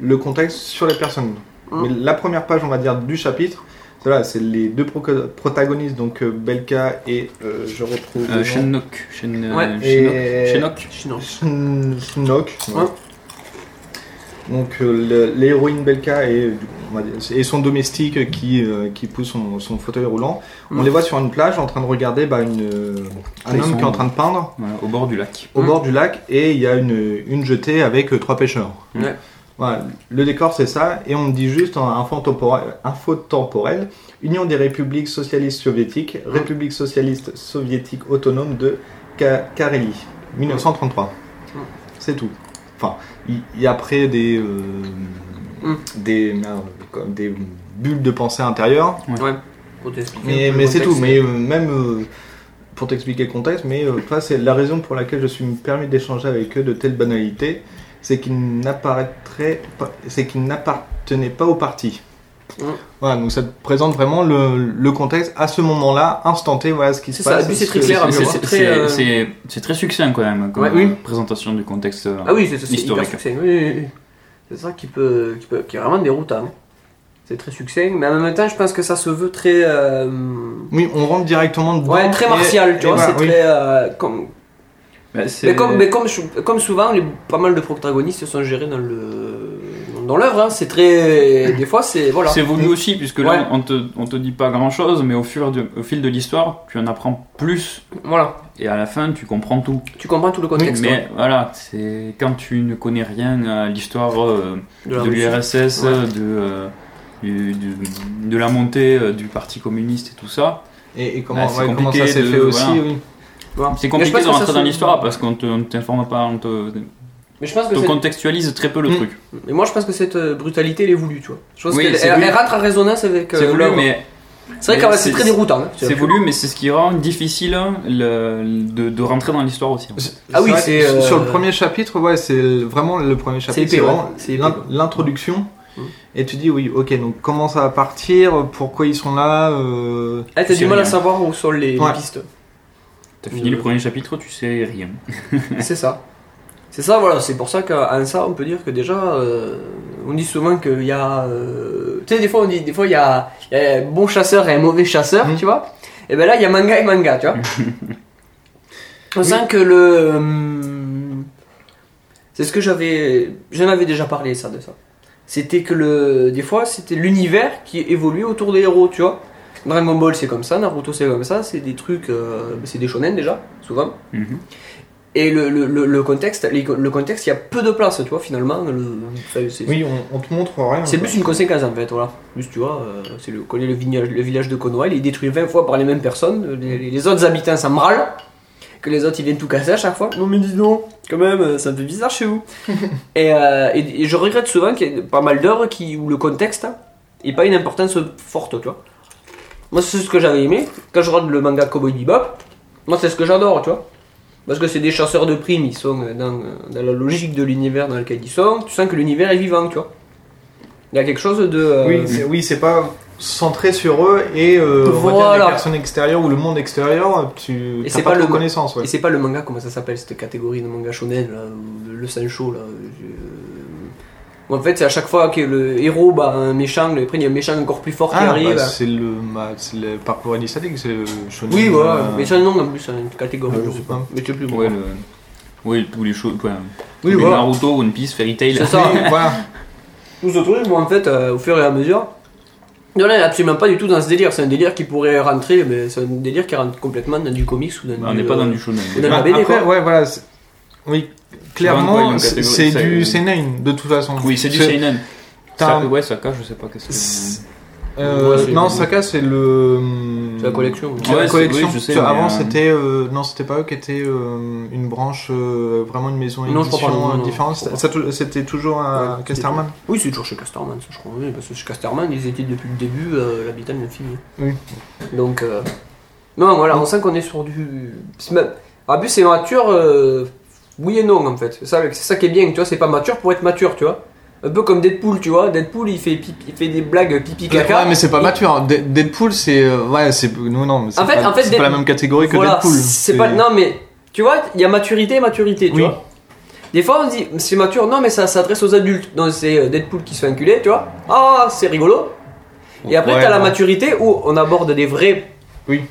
le contexte sur les personnes. Mm. Mais la première page, on va dire du chapitre. c'est Voilà, c'est les deux proco- protagonistes, donc euh, Belka et euh, je retrouve. le Euh, nom. Shenok. Shen, euh, Ouais, Shenok. et- Shenok. Chinois. Snock. Ouais. Donc euh, le- l'héroïne Belka et, euh, on va dire, et son domestique qui, euh, qui pousse son, son fauteuil roulant, on Mm. les voit sur une plage en train de regarder bah, une, euh, un Ils homme sont- qui est en train de peindre Voilà, au bord du lac. au Mm. bord du lac et il y a une, une jetée avec euh, trois pêcheurs. Ouais. Voilà, le décor c'est ça et on me dit juste en info temporel, info temporel Union des républiques socialistes soviétiques, République socialiste soviétique autonome de Ka- Karélie, 1933. Mm. C'est tout. Enfin, il il y a après des euh, Mm. des merde, comme des bulles de pensée intérieure Ouais. Pour t'expliquer un mais, peu le mais c'est tout, contexte. mais euh, même euh, pour t'expliquer le contexte, mais euh, toi, c'est la raison pour laquelle je suis permis d'échanger avec eux de telles banalités, c'est qu'ils n'apparaîtraient pas, c'est qu'ils n'appartenaient pas au parti. Mm. Voilà, donc ça te présente vraiment le, le contexte à ce moment-là, instanté, voilà ce qui se C'est ça, passe. et puis c'est ce très que- clair, ce que C'est mais je vois. c'est- très, c'est- euh, c'est- c'est très succinct quand même, comme Ouais, oui. euh, présentation du contexte euh, Ah oui, c'est c'est hyper historique. succinct. Oui, oui, oui. C'est ça qui peut, qui peut, qui est vraiment déroutant. C'est très succinct, mais en même temps, je pense que ça se veut très, euh, Oui, on rentre directement dedans. ouais, très et- martial, tu et vois. voilà, c'est oui. très euh, comme, Bah, c'est- mais comme, mais comme, je- comme souvent, les, pas mal de protagonistes sont gérés dans le, dans l'œuvre. hein. C'est très, des fois, c'est voilà. C'est voulu aussi, puisque Ouais. là, on, te, on te dit pas grand chose, mais au, fur de- au fil de l'histoire, tu en apprends plus, Voilà, et à la fin, tu comprends tout. tu comprends tout le contexte. hein, mais voilà, c'est quand tu ne connais rien à l'histoire euh, ouais, de la Russie. l'URSS, Ouais. euh, de, euh, du- du- de la montée euh, du Parti communiste et tout ça. Et, et comment, Bah, c'est ouais, comment ça compliqué s'est de- fait aussi, voilà. oui. Voilà. C'est Mais je pense compliqué de que ça rentrer se- dans l'histoire parce qu'on te- on t'informe pas, on te, Mais je pense que te c'est- Hmm. contextualise très peu le Mm. truc. mais moi, je pense que cette euh, brutalité, elle est voulue, tu vois. Je pense Oui, qu'elle c'est elle- voulu. elle rentre en résonance avec. euh, C'est voulu, l'œuvre. mais C'est vrai mais que c'est c'est- très déroutant. hein. c'est voulu, mais c'est ce qui rend difficile le- de, de rentrer dans l'histoire aussi. Ah oui, vrai c'est, que sur- euh, Sur le premier chapitre, ouais, c'est le- vraiment le premier chapitre. épais, c'est ouais. vraiment C'est épais, l'in- quoi. l'introduction. Mm. Et tu dis, oui, ok, donc comment ça va partir Pourquoi ils sont là euh, Ah, t'as C'est du mal à rien. savoir où sont les, les Ouais. pistes. T'as fini le premier chapitre, tu sais rien. C'est ça. C'est ça, voilà, c'est pour ça qu'en ça, on peut dire que déjà, euh, on dit souvent qu'il y a. euh, tu sais, des fois, on dit, des fois, il y a, il y a un Eh, bon chasseur et un mauvais chasseur, Mhm. tu vois. Et ben là, il y a manga et manga, tu vois. on sent que le. hum, c'est ce que j'avais. J'en avais déjà parlé, ça, de ça. C'était que le. Des fois, c'était l'univers qui évoluait autour des héros, tu vois. Dragon Ball, c'est comme ça, Naruto, c'est comme ça, c'est des trucs. euh, c'est des shonen déjà, souvent. Mhm. Et le, le, le, le contexte, les- le contexte, il y a peu de place, tu vois, finalement. Le, enfin, c'est Oui, on, on te montre rien. c'est quoi. plus une conséquence, en fait, voilà. Juste, tu vois, euh, c'est le, connais le, vignage, le village de Konoha, il est détruit 20 fois par les mêmes personnes, Euh, les, les- les autres habitants s'en râlent, que les autres, ils viennent tout casser à chaque fois. Non mais dis donc, quand même, euh, ça me fait bizarre chez vous. et, euh, et- et je regrette souvent qu'il y ait pas mal d'œuvres qui, où le contexte n'est pas une importance forte, tu vois. Moi, c'est ce que j'avais aimé. Quand je regarde le manga Cowboy Bebop, moi, c'est ce que j'adore, tu vois. Parce que c'est des chasseurs de primes, ils sont euh, dans, euh, dans la logique de l'univers dans lequel ils sont. Tu sens que l'univers est vivant, tu vois. Il y a quelque chose de. euh, Oui, c'est, oui, c'est pas centré sur eux et euh, on va dire Voilà. les personnes extérieures ou le monde extérieur, tu Et t'as c'est pas, pas de le- connaissance. Ouais. Et c'est pas le manga, comment ça s'appelle cette catégorie de manga shonen, là, ou le, le Sancho, là. je- En fait, c'est à chaque fois que le héros bat un méchant, le- après il y a un méchant encore plus fort qui Ah, arrive. bah, c'est, le, bah, c'est le parcours initiatique, c'est le shonen, oui, voilà, euh, mais c'est un nom en plus, c'est une catégorie. euh, je non. sais pas. Mais tu sais plus. Ouais, le- Oui, tous les choses. ouais. Oui, Tous les voilà. Naruto, One Piece, Fairy Tail. C'est ça. Oui, voilà. Tout ce truc, moi, en fait, euh, au fur et à mesure, non, là, il est absolument pas du tout dans ce délire. C'est un délire qui pourrait rentrer, mais c'est un délire qui rentre complètement dans du comics ou dans Bah, On du, n'est pas euh, dans du shonen. Dans la Bah, BD, après, quoi. ouais, voilà. c'est- Oui, quoi, ils ont clairement, c'est, catégorisé c'est ça, du euh, seinen de toute façon. Oui, Ah, c'est du seinen. t'as Sa- un- Ouais, Saka, je sais pas qu'est-ce que c'est. C'est- Euh, Ouais, c'est- non, Saka, c'est le. C'est la collection. C'est la Ouais, c'est- collection. oui, je sais, Parce que mais, Avant, euh, c'était euh, non, c'était pas eux qui étaient euh, une branche euh, vraiment une maison Non, je crois édition pas, non, non, euh, non, différente. je crois Ça tou- C'était toujours Ouais, à c'était- Casterman. Oui, c'est toujours chez Casterman, ça, je crois. oui, parce que chez Casterman, ils étaient depuis le début euh, l'habitant de la fille. Oui. Donc, euh, Non, voilà, on sent qu'on est sur du. c'est même- Abus, c'est mature, euh, oui et non en fait. C'est ça, c'est ça qui est bien, tu vois, c'est pas mature pour être mature, tu vois. Un peu comme Deadpool, tu vois. Deadpool, il fait, pipi- il fait des blagues pipi caca. Ouais, mais c'est pas Il- mature. De- Deadpool, c'est. euh, Ouais, c'est. Non, non, mais c'est En fait- pas, en fait, c'est pas Dead- la même catégorie que Voilà, Deadpool. c'est pas. Non, mais tu vois, il y a maturité et maturité, tu Oui. vois. Des fois, on se dit, c'est mature, non, mais ça s'adresse aux adultes. Donc, c'est euh, Deadpool qui se fait enculer, tu vois. Ah, c'est rigolo. Et après, Ouais, t'as la ouais. maturité où on aborde des vraies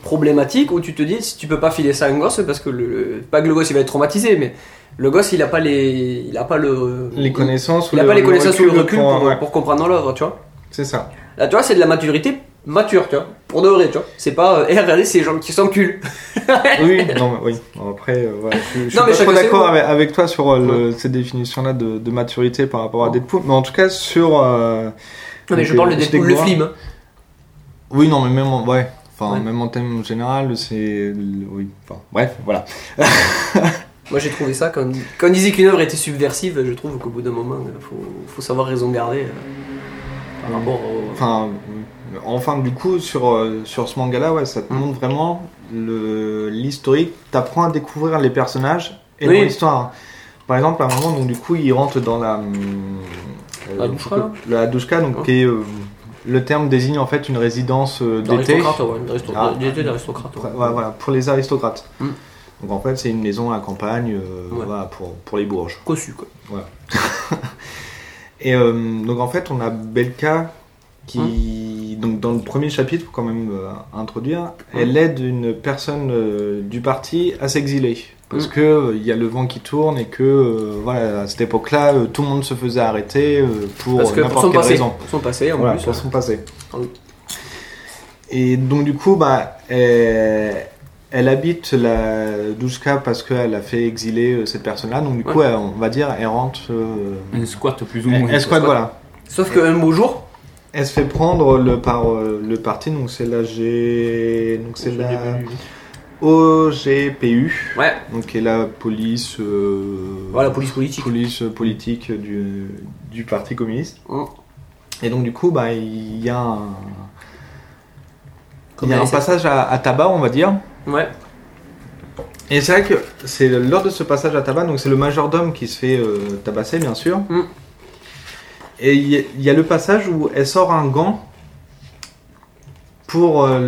problématiques où tu te dis, si tu peux pas filer ça à un gosse, parce que le, le- pas que le gosse il va être traumatisé, mais le gosse il a pas les. Il a pas le. Les connaissances ou Il a le- pas les le connaissances ou le recul recul pour- pour, ouais. pour comprendre l'œuvre, tu vois. C'est ça. Là, tu vois, c'est de la maturité mature, tu vois. Pour de vrai, tu vois. C'est pas, euh, Eh, regardez ces gens qui s'enculent. Oui, non, mais oui. Bon, Après, euh, voilà, je, je suis Non, mais pas trop chacun ses d'accord goûts. avec, avec toi sur euh, le- cette définition-là de, de maturité par rapport à Deadpool. Mais en tout cas, sur. euh, Non, mais donc, je parle euh, de Deadpool, le Stegoura- film. hein. Oui, non, mais même en, ouais, enfin, Ouais. même en thème général, c'est. Oui, enfin, bref, voilà. Moi j'ai trouvé ça, quand, quand on disait qu'une œuvre était subversive, je trouve qu'au bout d'un moment, il faut, faut savoir raison garder. euh, Par rapport au... Enfin, euh, enfin, du coup, sur, euh, sur ce manga-là, ouais, Mm. ça te montre vraiment le- l'historique. T'apprends à découvrir les personnages et Oui. leur histoire. hein. Par exemple, à un moment, donc, du coup, il rentre dans la. hum, La donc, douchka, là La douchka, donc, Ouais. qui est. euh, le terme désigne en fait une résidence euh, d'été. D'aristocrate, ouais. d'aristo- Ah. D'été d'aristocrate. ouais. Ouais, voilà, pour les aristocrates. Mm. Donc en fait, c'est une maison à la campagne euh, Ouais. voilà, pour, pour les bourges. Cossu, quoi. Voilà. Et euh, donc en fait, on a Belka qui, Hein donc dans le premier chapitre, pour quand même euh, introduire, elle Hein aide une personne euh, du parti à s'exiler. Parce Mm. que euh, il y a le vent qui tourne et que euh, voilà, à cette époque-là, euh, tout le monde se faisait arrêter euh, pour Parce que pour son n'importe quelle passé, raison. pour son passé en Voilà, plus. pour son passé. Ah oui. Et donc du coup, bah, elle, elle habite la Douchka parce qu'elle a fait exiler euh, cette personne-là. Donc du coup, Ouais. elle- on va dire, elle rentre. euh, Un squat plus ou elle, moins. elle squatte, squat. voilà. Sauf qu'un beau jour, Elle se fait prendre le, par euh, le parti, donc c'est la G... Donc c'est la OGPU, ouais, donc qui est la police... euh, voilà, police politique. police politique du, du Parti communiste. Oh. Et donc du coup, bah, il y a un, Comme il y a la un SF. passage à, à tabac, on va dire. Ouais, Et c'est vrai que c'est lors de ce passage à tabac, donc c'est le majordome qui se fait euh, tabasser, bien sûr. Mm. Et il y, a- il y a le passage où elle sort un gant pour euh,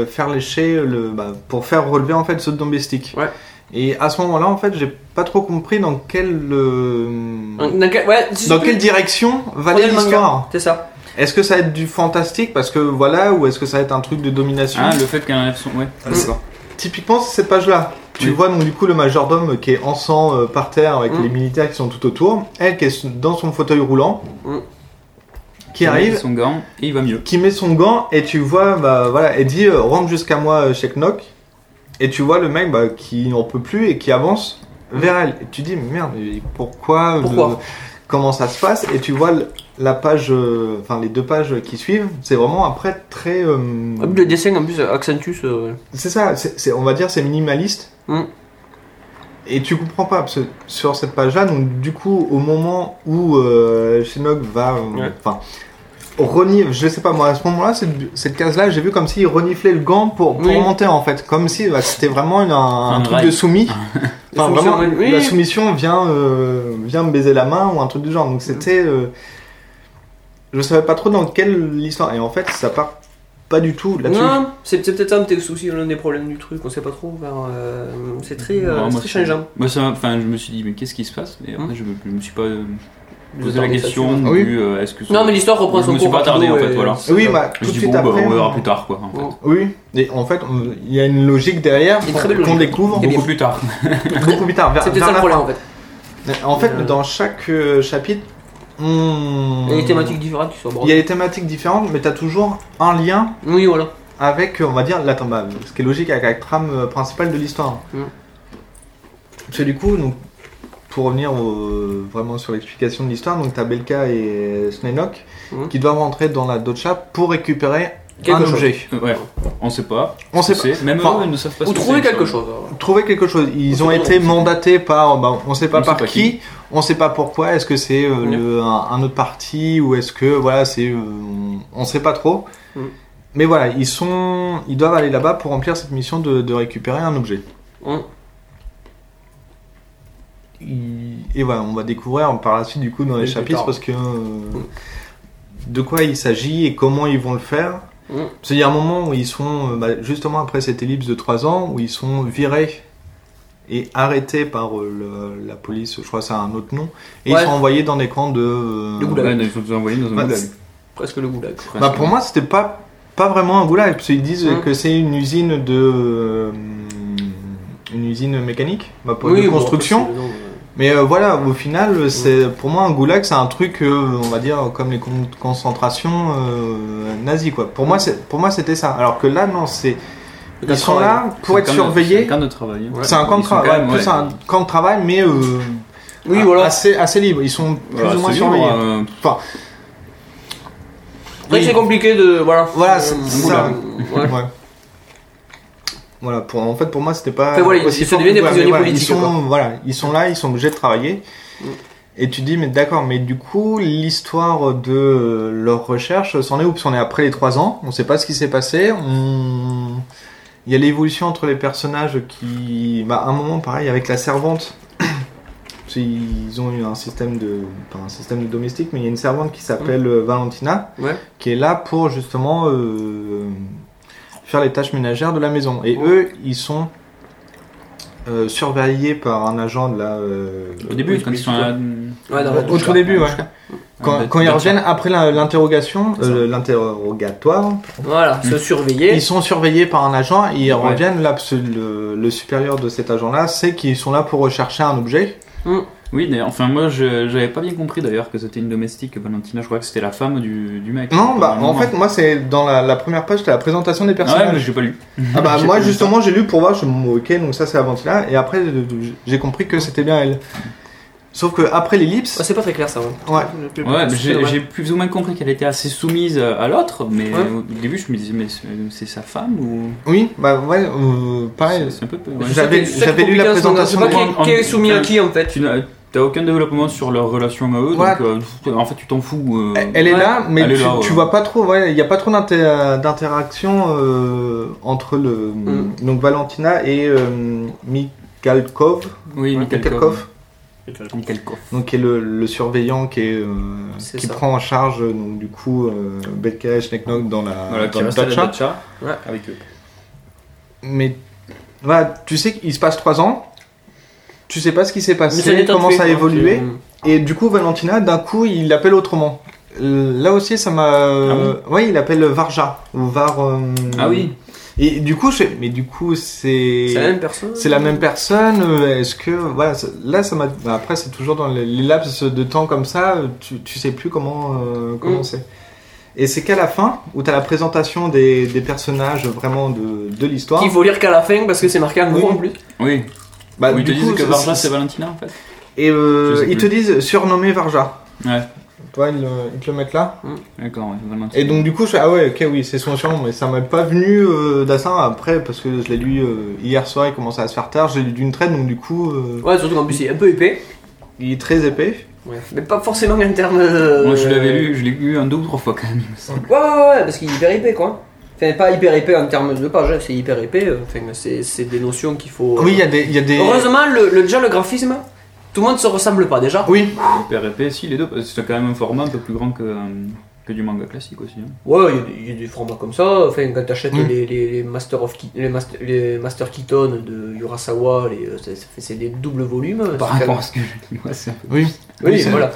le faire lécher, le, bah, pour faire relever en fait ce domestique. Ouais. Et à ce moment-là, en fait, j'ai pas trop compris dans quel euh, dans, quel- ouais, c'est- Dans quelle direction va Prenez aller le manga. l'histoire C'est ça. Est-ce que ça va être du fantastique parce que voilà, ou est-ce que ça va être un truc de domination Ah, le fait qu'elle enlève son. Ouais. D'accord. Typiquement, c'est cette page-là. Tu Oui. vois donc du coup le majordome qui est en sang euh, par terre avec Mm. les militaires qui sont tout autour, elle qui est dans son fauteuil roulant, Mm. qui Elle enlève arrive, Son gant et il va mieux. qui met son gant et tu vois, bah voilà, elle dit euh, rentre jusqu'à moi euh, chez Knock, et tu vois le mec bah, qui n'en peut plus et qui avance vers elle. Et tu dis merde, mais pourquoi, Pourquoi le- Comment ça se passe Et tu vois le- la page, euh, enfin les deux pages qui suivent, c'est vraiment après très. euh, Le dessin en plus euh, accentue ce. c'est ça, c'est, c'est- on va dire c'est minimaliste. Mm. Et tu comprends pas, parce que sur cette page-là, donc du coup, au moment où euh, Shinnok va. euh, Ouais. Enfin. renifle, je sais pas moi, à ce moment-là, cette, cette case-là, j'ai vu comme s'il reniflait le gant pour, pour Oui. monter en fait. Comme si bah, c'était vraiment une- un, un Un truc rail. de soumis. enfin, Soumission, vraiment, oui. la soumission vient, euh, vient me baiser la main ou un truc du Mm. genre. Donc c'était. euh, je savais pas trop dans quelle histoire. Et en fait, ça part pas du tout là-dessus. Non, c'est c'est peut-être un des soucis, l'un des problèmes du truc, on sait pas trop. vers, euh, c'est très, euh, Non, c'est moi, très ça- changeant. Moi, Bah, ça m'a- enfin, je me suis dit, mais qu'est-ce qui se passe Et après, je, me, je me suis pas euh, posé la attendez pas question Ah oui. du euh, est-ce que. ça- Non, mais l'histoire reprend Je son me suis cours euh, pas attardé en partout, fait, et- voilà. Oui, bah, Je tout me suis de dit, suite bon, bah, après. on verra on- plus tard quoi. En fait. Ouais. Oui, et en fait, on- il y a une logique derrière Une très belle qu'on logique. découvre Et Beaucoup Eh bien- plus tard. beaucoup plus tard. vers- C'est peut-être vers ça le la problème en fait. fin. En fait, Euh. dans chaque euh, chapitre, on- Il Euh, y a des thématiques différentes qui sont il y abordées. a des thématiques différentes, mais tu as toujours un lien Oui, voilà. avec, euh, on va dire, la trame, bah, ce qui est logique avec la trame euh, principale de l'histoire. Mm. Parce que du coup, donc, pour revenir au- vraiment sur l'explication de l'histoire, donc tu as Belka et Snenok Mm. qui doivent rentrer dans la Docha pour récupérer Quelque un chose. objet. Ouais, on sait pas. On Ce sait que c'est. Même Enfin, eux, ils ne savent pas ce Ou que trouver c'est, quelque ça. chose. hein, alors. trouver quelque chose. Ils On ont sait pas, été on sait mandatés par, bah, on sait pas On sait par pas qui, qui. on sait pas pourquoi. Est-ce que c'est euh, Mm. le- un, un autre parti ou est-ce que voilà, c'est, euh, on sait pas trop. Mm. Mais voilà, ils sont, ils doivent aller là-bas pour remplir cette mission de, de récupérer un objet. Il- Et voilà, on va découvrir par la suite du coup dans les Oui, plus chapitres tard. Mm. parce que euh, de quoi il s'agit et comment ils vont le faire. Parce qu'il y a un moment où ils sont, euh, bah, justement après cette ellipse de 3 ans, où ils sont virés et arrêtés par euh, le- la police, je crois que c'est un autre nom, et Ouais. ils sont envoyés dans des camps de... euh, De goulag. Ouais, ils sont envoyés dans un Bah, goulag. c'est- Presque le goulag. bah, pour moi, c'était pas, pas vraiment un goulag, parce qu'ils disent Hum. que c'est une usine de... euh, une usine mécanique, bah, pour- de bon, construction. après, c'est le nom, Mais euh, voilà, au final, c'est pour moi un goulag, c'est un truc, euh, on va dire, comme les camps de concentration euh, nazis, quoi. Pour moi, c'est- pour moi, c'était ça. Alors que là, non, c'est C'est un ils sont travail. là pour C'est être quand même- C'est surveillés. un camp de travail. hein. C'est un camp de Ils sont travail, quand même, plus ouais. un camp de travail, mais euh, Oui, a- voilà. assez, assez libre. Ils sont plus Voilà, ou moins c'est libre, surveillés. euh, Enfin, Après, Oui. c'est compliqué de. Voilà. voilà, Euh, c'est c'est ça. voilà. Ouais. Ouais. Voilà, pour, en fait, pour moi, c'était pas. Enfin, voilà, ils- aussi ils se fort que deviennent des toi, mais prisonniers voilà, ils politiques, sont- quoi. Mm. Voilà, ils sont là, ils sont obligés de travailler. Et tu te dis, mais d'accord, mais du coup, l'histoire de euh, leur recherche, c'en est où Parce qu'on est après les 3 ans, on sait pas ce qui s'est passé. on- Il y a l'évolution entre les personnages qui. Bah, à un moment, pareil, avec la servante. Parce qu'ils ont eu un système de. Pas un système de domestique, mais il y a une servante qui s'appelle euh, Valentina Ouais. qui est là pour justement euh, faire les tâches ménagères de la maison. Et eux, ils sont euh, surveillés par un agent de la. euh, Au début, quand ils sont à- Ouais, dans la au douche, tout là. début, ouais. Quand, Ouais, quand ils d'accord. reviennent après la- l'interrogation, euh, l'interrogatoire, Voilà, se surveiller. ils sont surveillés par un agent et ils Ouais. reviennent. Là, parce que le, le supérieur de cet agent-là sait qu'ils sont là pour rechercher un objet. Oui, d'ailleurs, enfin moi je- j'avais pas bien compris d'ailleurs que c'était une domestique, Valentina, je crois que c'était la femme du, du mec. Non, bah en Non. fait, moi, c'est dans la, la première page, t'as la présentation des Ah ouais, personnages. mais j'ai pas lu. Ah bah J'ai moi pas lu justement j'ai lu pour voir, je me dis, ok donc ça c'est la Valentina et après euh, j'ai compris que c'était bien elle. Sauf que après l'ellipse, Ouais, c'est pas très clair ça. hein. Ouais. ouais, ça. Ouais, mais j'ai j'ai plus ou moins compris qu'elle était assez soumise euh, à l'autre, mais Ouais. au début je me disais, mais c'est c'est sa femme ou. oui, bah ouais, euh, pareil. C'est un peu. ouais. C'est ça J'avais qui est- ça qui est j'avais lu compliqué la en ce moment, présentation. C'est de- pas qui est- qui est soumis à qui en fait. Tu n'as t'as aucun développement sur leur relation à eux, Ouais. donc euh, pff, en fait tu t'en fous. euh, Elle est Ouais. là, mais Elle est tu, là, ouais. tu vois pas trop, ouais, il n'y a pas trop d'inter- d'interaction euh, entre le Mm. donc Valentina et euh, Mikhalkov, Oui, Mikhalkov. Mikhalkov. Mikhalkov. donc qui est le, le surveillant qui, est, euh, C'est qui ça. prend en charge euh, donc du coup euh, Belka et Schnecknock dans la Voilà, dans qui le reste à la dacha. dacha Ouais. avec eux. mais voilà, tu sais qu'il se passe 3 ans, tu sais pas ce qui s'est passé, détend comment plus, ça a hein, évolué, Mm. c'est- et du coup Valentina, d'un coup, il l'appelle autrement. Euh, Là aussi, ça m'a. euh, ouais, il l'appelle Varja ou Var. euh, Ah oui, Et du coup, je... fais, mais du coup, c'est. C'est la même personne. C'est la même personne. euh, Est-ce que voilà, ça- là, ça m'a. bah, Après, c'est toujours dans les les laps de temps comme ça. euh, Tu, tu sais plus comment euh, comment Mm. c'est. Et c'est qu'à la fin où t'as la présentation des, des personnages vraiment de, de l'histoire. Qu'il faut lire qu'à la fin parce que c'est marqué en gros Oui. en plus. oui. Bah, Où ils te du disent coup, que c'est- Varja c'est Valentina en fait. Et euh, Je sais ils te plus. disent surnommé Varja. Ouais. Toi, ils, le- ils te le mettent là. D'accord, ouais, Valentina. Et donc, du coup, je fais Ah ouais, ok, oui, c'est son surnom, mais ça m'est pas venu euh, d'assain après parce que je l'ai lu euh, hier soir, il commençait à se faire tard, j'ai lu d'une traite, donc du coup, euh, Ouais, surtout qu'en plus il est un peu épais. il est très épais. Mais pas forcément en termes. euh, Moi je l'avais lu, je l'ai lu un deux ou trois fois quand même. il me semble. Ouais, ouais, ouais, parce qu'il est hyper épais quoi. Enfin, pas hyper épais en termes de page, hein, c'est hyper épais. euh, Enfin, c'est c'est des notions qu'il faut. euh, Oui, il y a des. il Y a des... Heureusement, le, le- déjà le graphisme, tout le monde se ressemble pas déjà. Oui, Hyper épais, si les deux, parce que c'est quand même un format un peu plus grand que, euh, que du manga classique aussi. hein. Ouais, il y a des- il y, a des formats comme ça. Enfin, quand t'achètes Mm. les, les, les Master of Ki- les Master, les Master Keaton de Urasawa, les, euh, c'est- ça fait- c'est des doubles volumes. c'est Par quand rapport même- à ce que je dis, moi c'est un peu. oui. Oui, c'est- voilà.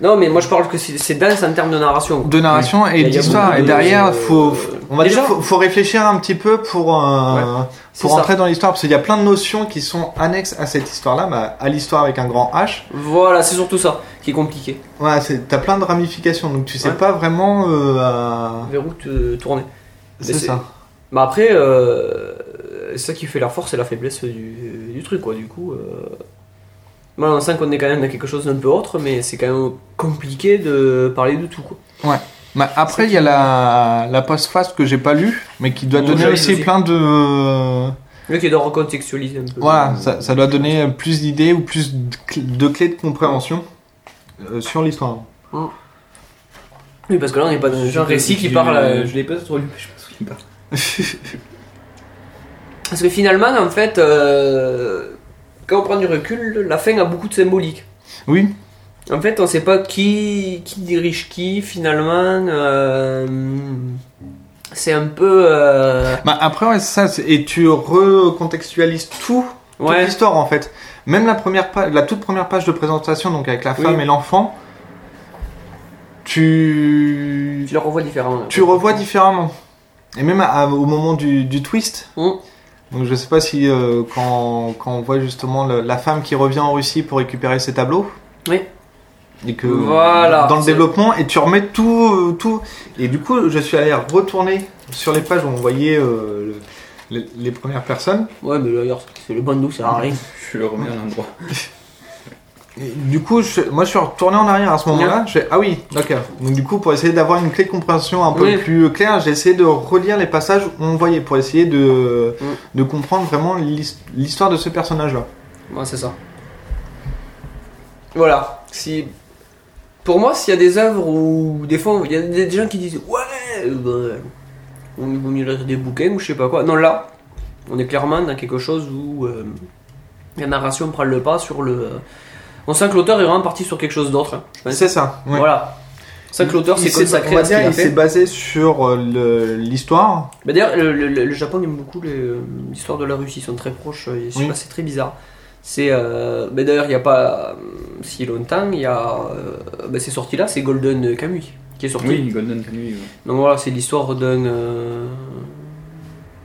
non, mais moi je parle que c'est c'est dense en termes de narration. quoi. De narration Il y et a- il y a d'histoire. beaucoup Et de- derrière, euh, faut, on va déjà- dire, faut, faut réfléchir un petit peu pour, euh, Ouais, pour c'est ça. entrer dans l'histoire. Parce qu'il y a plein de notions qui sont annexes à cette histoire-là, bah, à l'histoire avec un grand H. Voilà, c'est surtout ça qui est compliqué. Ouais, c'est- t'as plein de ramifications, donc tu sais Ouais. pas vraiment. euh, à- Vers où te tourner. C'est euh, c'est- ça. Bah après, euh, c'est ça qui fait la force et la faiblesse du, du truc, quoi. Du coup, euh, voilà, on sent qu'on est quand même dans quelque chose d'un peu autre, mais c'est quand même compliqué de parler de tout, quoi. Bah, après, il y a la, la post-face que j'ai pas lue, mais qui doit Bon, donner j'avais aussi aussi. plein de. Le qui doit recontextualiser un peu. Euh, Voilà, ça, ça doit donner plus d'idées ou plus de cl- de clés de compréhension euh, sur l'histoire. Mm. Oui, parce que là, on n'est pas dans un J'ai genre récit pas- qui j'ai- parle. euh, Je l'ai pas trop lu, mais je pense qu'il parle. Parce que finalement, en fait, euh, quand on prend du recul, la fin a beaucoup de symbolique. Oui. En fait, on sait pas qui, qui dirige qui, finalement. euh, c'est un peu. euh, Bah, après, ouais, c'est ça. c'est- Et tu recontextualises tout, toute Ouais. l'histoire en fait. Même la, première pa- la toute première page de présentation, donc avec la femme et l'enfant, tu. Tu le revois différemment. Tu revois différemment. Et même à- au moment du, du twist. Hum. Donc je sais pas si euh, quand, quand on voit justement le- la femme qui revient en Russie pour récupérer ses tableaux. Oui. Et que Voilà, dans le c'est- développement et tu remets tout euh, tout et du coup je suis allé retourner sur les pages où on voyait euh, le- les, les premières personnes. Ouais mais d'ailleurs c'est le bandeau ça arrive. Je le remets à l'endroit. Et du coup, je- moi je suis retourné en arrière à ce moment-là. Je fais, ah oui, d'accord. Donc du coup, pour essayer d'avoir une clé de compréhension un peu Oui. plus claire, j'ai essayé de relire les passages où on voyait pour essayer de, de comprendre vraiment l'his- l'histoire de ce personnage-là. Ouais, c'est ça. Voilà. Si... Pour moi, s'il y a des œuvres où des fois il y a des des gens qui disent Ouais, euh, ben, on vaut mieux lire des bouquins ou je sais pas quoi. Non, là, on est clairement dans quelque chose où euh, la narration prend le pas sur le. On sent que l'auteur est vraiment parti sur quelque chose d'autre. hein, je pense. C'est ça. ouais. Voilà. C'est ça que l'auteur Il s'est s'est- consacré on va à ce qu'il dire, a il s'est fait. basé sur euh, le- l'histoire. Bah, D'ailleurs, le, le- le- le Japon aime beaucoup les, euh, l'histoire de la Russie, ils sont très proches, euh, je sais Oui. pas, c'est très bizarre. C'est, euh, bah, D'ailleurs, il n'y a pas euh, si longtemps, il y a. euh, bah, c'est sorti là, c'est Golden Kamuy qui est sorti. Oui, Golden Kamuy. ouais. Donc voilà, c'est l'histoire d'un. euh,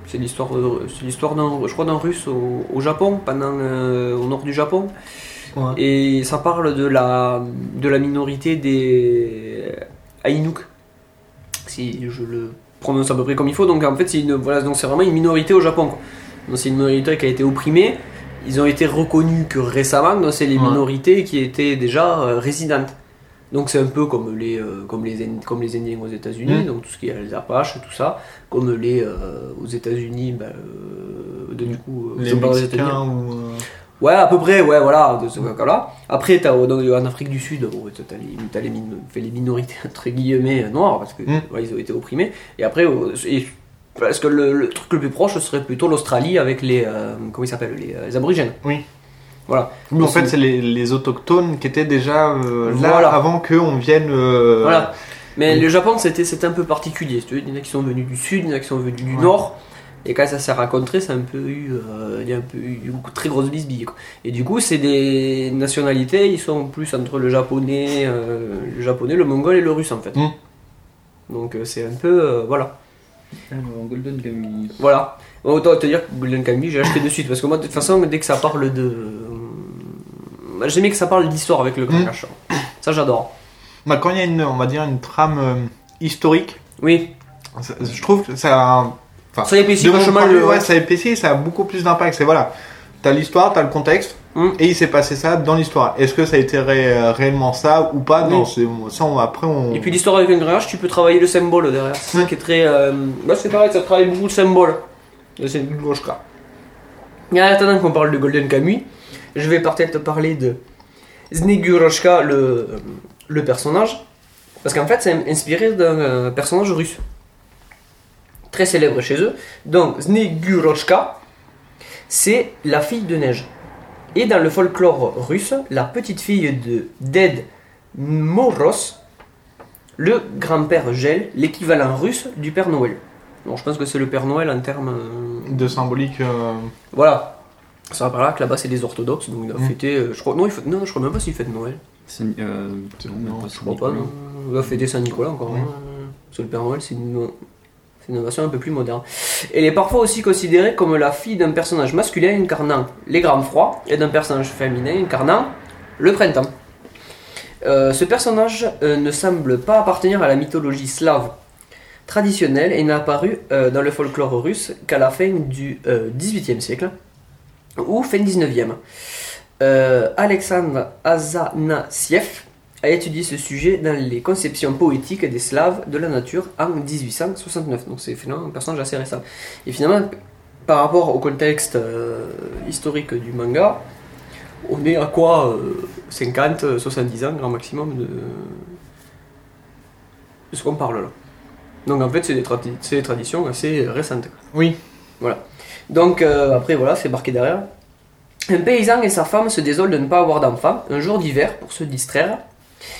c'est l'histoire, de- c'est l'histoire d'un, je crois, d'un Russe au, au Japon, pendant euh, au nord du Japon. Ouais. Et ça parle de la de la minorité des Aïnouk, si je le prononce à peu près comme il faut. Donc en fait, c'est une voilà, donc c'est vraiment une minorité au Japon. quoi. Donc c'est une minorité qui a été opprimée. Ils ont été reconnus que récemment, donc c'est les Ouais. minorités qui étaient déjà euh, résidentes. Donc c'est un peu comme les, euh, comme les, Ind- comme les Indiens aux États-Unis, Mm. donc tout ce qui est les Apaches, tout ça, comme les euh, aux États-Unis, bah, euh, de- du coup, euh, Les c'est pas aux Mexicains États-Unis. ou. euh, Ouais, à peu près, ouais, voilà, de ce cas-là. Après, t'as, euh, dans- en Afrique du Sud, bon, t'as, les, t'as les, min- fait les minorités, entre guillemets, euh, noires, parce que Mm. ouais, ils ont été opprimés. Et après, euh, et- parce que le, le truc le plus proche serait plutôt l'Australie avec les, euh, comment ils s'appellent, les, euh, les aborigènes. Oui. Voilà. Oui, en fait, c'est les, les autochtones qui étaient déjà euh, là Voilà. avant qu'on vienne. euh, Voilà. Mais Donc- le Japon, c'était c'était un peu particulier. si tu veux. Il y en a qui sont venus du sud, il y en a qui sont venus du Ouais. nord. Et quand ça s'est rencontré, ça a un peu eu, euh, il y a un peu eu une très grosse bisbille. quoi. Et du coup, c'est des nationalités, ils sont plus entre le japonais, euh, le japonais, le mongol et le russe en fait. Mm. Donc euh, c'est un peu, euh, voilà, Alors, Ah, Golden Kamuy. voilà. Bon, autant te dire que Golden Kamuy, j'ai acheté de suite parce que moi, de toute façon, dès que ça parle de, Bah, j'aimais que ça parle d'histoire avec le Hmm. Grand Cachan. Ça j'adore. Bah, quand il y a une, on va dire, une trame euh, historique, Oui. ça- je trouve que ça. Enfin, Ça épaissit de mon vachement point de le- vue, ouais, ça épaissit, ça a beaucoup plus d'impact. C'est voilà, t'as l'histoire, t'as le contexte, Mm. et il s'est passé ça dans l'histoire. Est-ce que ça a été ré- euh, réellement ça ou pas Oui. Non, c'est ça. On, après, on. Et puis l'histoire avec un grillage, tu peux travailler le symbole derrière. C'est ça Mm. qui est très. euh, Là, c'est pareil, ça travaille beaucoup le symbole. Là, C'est une gauche là. Et en attendant qu'on parle de Golden Kamuy, je vais peut-être parler de Znegurashka, le, le personnage. Parce qu'en fait, c'est inspiré d'un euh, personnage russe. Très célèbre chez eux. Donc, Znegurashka, c'est la fille de neige. Et dans le folklore russe, la petite fille de Dead Moros, le grand-père Gel, l'équivalent russe du Père Noël. Bon, je pense que c'est le Père Noël en termes. euh, de symbolique. euh, Voilà. Ça va par là que là-bas c'est les orthodoxes, donc il doit Mm. fêter. euh, je crois... non, il faut- non, je crois même pas s'il fête Noël. C'est. Euh, non, même pas Je Saint crois pas, Nicolas. non. Il doit fêter Saint-Nicolas encore. hein. Parce que le Père Noël c'est une... c'est une innovation un peu plus moderne. Elle est parfois aussi considérée comme la fille d'un personnage masculin incarnant les grands froids et d'un personnage féminin incarnant le printemps. Euh, ce personnage euh, ne semble pas appartenir à la mythologie slave traditionnelle et n'a apparu euh, dans le folklore russe qu'à la fin du XVIIIe siècle ou fin 19e. Euh, Alexandre Azanasiev a étudié ce sujet dans les conceptions poétiques des Slaves de la nature en 1869. Donc c'est finalement un personnage assez récent. Et finalement, par rapport au contexte euh, historique du manga, on est à quoi euh, 50, 70 ans, grand maximum de... de ce qu'on parle là. Donc en fait, c'est des, tradi- c'est des traditions assez récentes. Oui. Voilà. Donc euh, après, voilà, c'est marqué derrière. Un paysan et sa femme se désolent de ne pas avoir d'enfant. Un jour d'hiver, pour se distraire,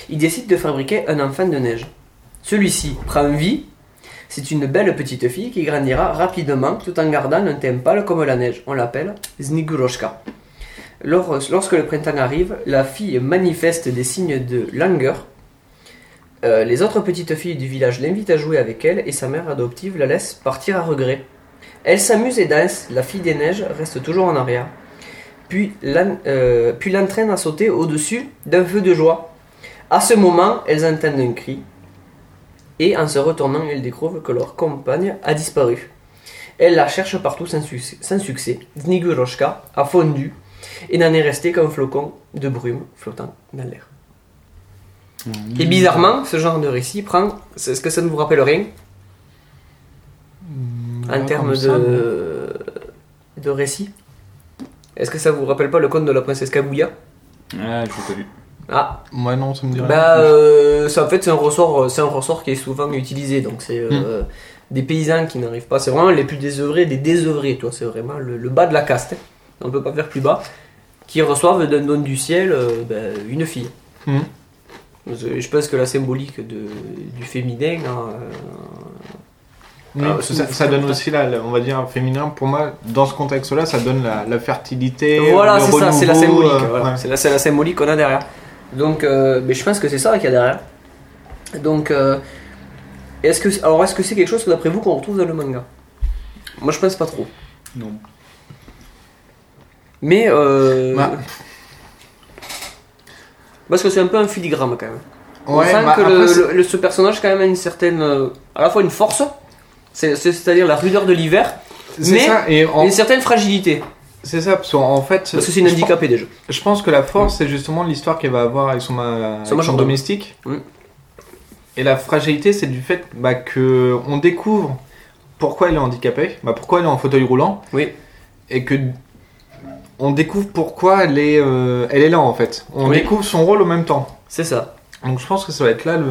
ils décident de fabriquer un enfant de neige. Celui-ci prend vie. C'est une belle petite fille qui grandira rapidement tout en gardant un teint pâle comme la neige. On l'appelle Zniguroshka. Lors- Lorsque le printemps arrive, la fille manifeste des signes de langueur. Euh, les autres petites filles du village l'invitent à jouer avec elle et sa mère adoptive la laisse partir à regret. Elle s'amuse et danse, la fille des neiges reste toujours en arrière. Puis l'en- euh, puis l'entraîne à sauter au-dessus d'un feu de joie. À ce moment, elles entendent un cri et en se retournant, elles découvrent que leur compagne a disparu. Elles la cherchent partout sans, suc- sans succès. Zniguroshka a fondu et n'en est resté qu'un flocon de brume flottant dans l'air. Et bizarrement, ce genre de récit prend. c'est- Est-ce que ça ne vous rappelle rien En comme termes ça, de. de récit Est-ce que ça vous rappelle pas le conte de la princesse Kaguya Ah, je l'ai pas vu. Ah Moi non, ça me dit rien. Bah, euh, ça, en fait, c'est un, ressort, euh, c'est un ressort qui est souvent utilisé. Donc, c'est euh, Hmm. des paysans qui n'arrivent pas. C'est vraiment les plus désœuvrés des désœuvrés, toi. C'est vraiment le, le bas de la caste. hein. On ne peut pas faire plus bas. Qui reçoivent d'un don du ciel euh, ben, une fille. Mhm. Je je pense que la symbolique de, du féminin. hein, euh, Oui, Ah, parce que ça, ça donne aussi, là, on va dire, un féminin. Pour moi, dans ce contexte-là, ça donne la, la fertilité. voilà, le c'est ça, c'est la renouveau, symbolique. euh, voilà. ouais. C'est la, c'est la symbolique qu'on a derrière. Donc, euh, mais je pense que c'est ça qu'il y a derrière. Donc, euh, est-ce que, alors est-ce que c'est quelque chose que, d'après vous qu'on retrouve dans le manga Moi, je pense pas trop. Non. Mais euh, Bah. parce que c'est un peu un filigrame quand même. On Ouais, sent bah, que après, le- c'est- le- le- ce personnage quand même a une certaine, euh, à la fois une force, c'est- c'est- c'est-à-dire la rudeur de l'hiver, C'est mais ça, et en- une certaine fragilité. C'est ça, parce qu'en fait. Parce que c'est une je pense- handicapée déjà. Je pense que la force, c'est justement l'histoire qu'elle va avoir avec son, ma... Son avec son majordome. domestique. Mm. Et la fragilité, c'est du fait bah, que on découvre pourquoi elle est handicapée, bah, pourquoi elle est en fauteuil roulant, Oui. et que on découvre pourquoi elle est, euh, elle est là en fait. On Oui. découvre son rôle en même temps. C'est ça. Donc je pense que ça va être là le.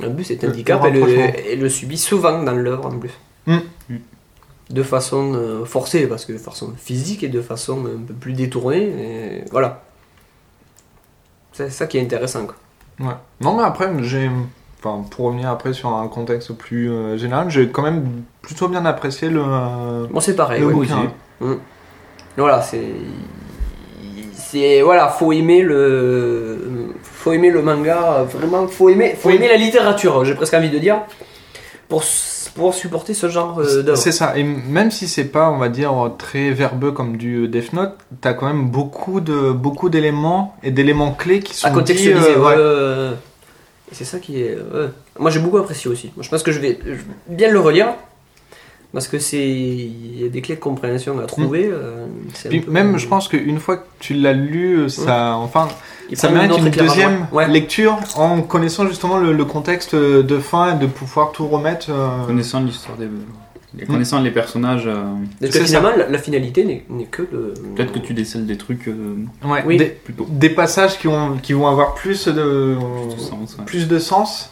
Le but, c'est Le- handicap, le elle, le- rapprochement. elle le subit souvent dans l'œuvre en plus. Hmm. De façon euh, forcée, parce que de façon physique et de façon un peu plus détournée, et voilà. C'est ça qui est intéressant. Quoi. Ouais. Non, mais après, j'ai. Enfin, pour revenir après sur un contexte plus euh, général, j'ai quand même plutôt bien apprécié le. euh, Bon, c'est pareil. le Bah, ouais. bouquin. Voilà, c'est. C'est. Voilà, faut aimer le. Faut aimer le manga, vraiment, faut aimer, faut Oui. aimer la littérature, j'ai presque envie de dire, pour, s- pour supporter ce genre euh, d'œuvre. C'est ça, et même si c'est pas, on va dire, très verbeux comme du euh, Death Note, t'as quand même beaucoup de beaucoup d'éléments et d'éléments clés qui sont à contextualiser. dits, euh, ouais, ouais. ouais, ouais. Et c'est ça qui est. ouais. Moi j'ai beaucoup apprécié aussi. Moi, je pense que je vais je vais bien le relire parce que c'est il y a des clés de compréhension à trouver. euh, c'est Mm. un Puis peu- même, je pense qu'une fois que tu l'as lu, euh, ça, enfin, il ça prend mérite autre une éclairage, deuxième ouais. Ouais. lecture en connaissant justement le, le contexte euh, de fin et de pouvoir tout remettre. euh, Connaissant l'histoire des. et Connaissant les personnages, euh, Parce que c'est ça. finalement la, la finalité n'est n'est que le. peut-être que tu décèles des trucs euh, ouais, Oui. des, plutôt. des passages qui, ont, qui vont avoir plus de, de sens, ouais. plus de sens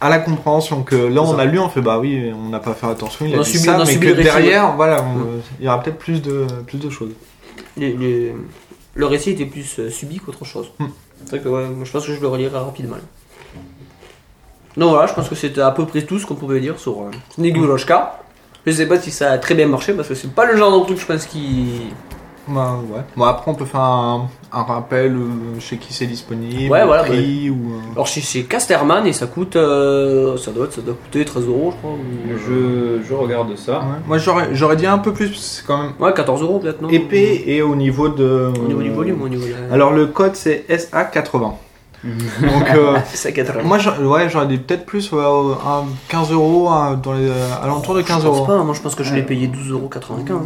à la compréhension que là C'est on ça. a lu on fait bah oui on n'a pas fait attention il On a a dit subi- ça on a mais subi que le récit, derrière voilà on- il y aura peut-être plus de plus de choses les- les- le récit était plus euh, subi qu'autre chose. Hmm. C'est vrai que ouais, moi, je pense que je le relirai rapidement. Donc voilà, je pense que c'était à peu près tout ce qu'on pouvait dire sur euh, Hmm. Snegulojka. Je sais pas si ça a très bien marché parce que c'est pas le genre de truc je pense qui bah ouais bon après on peut faire un, un rappel euh, chez qui c'est disponible Ouais, le voilà, prix ou euh, Alors chez, chez Casterman et ça coûte euh, ça doit ça doit coûter 13 euros je crois. ou- Je, je regarde ça. ouais. moi j'aurais j'aurais dit un peu plus c'est quand même euh, Ouais 14 euros peut-être non. épais et au niveau de Au niveau du volume au niveau de. la- alors le code c'est SA80 donc euh, c'est 80. moi j'a- ouais j'aurais dit peut-être plus ouais, au- un 15 euros un- dans les euh, alentours de 15 je pense euros pas, moi je pense que je l'ai payé 12,95 euros. hein.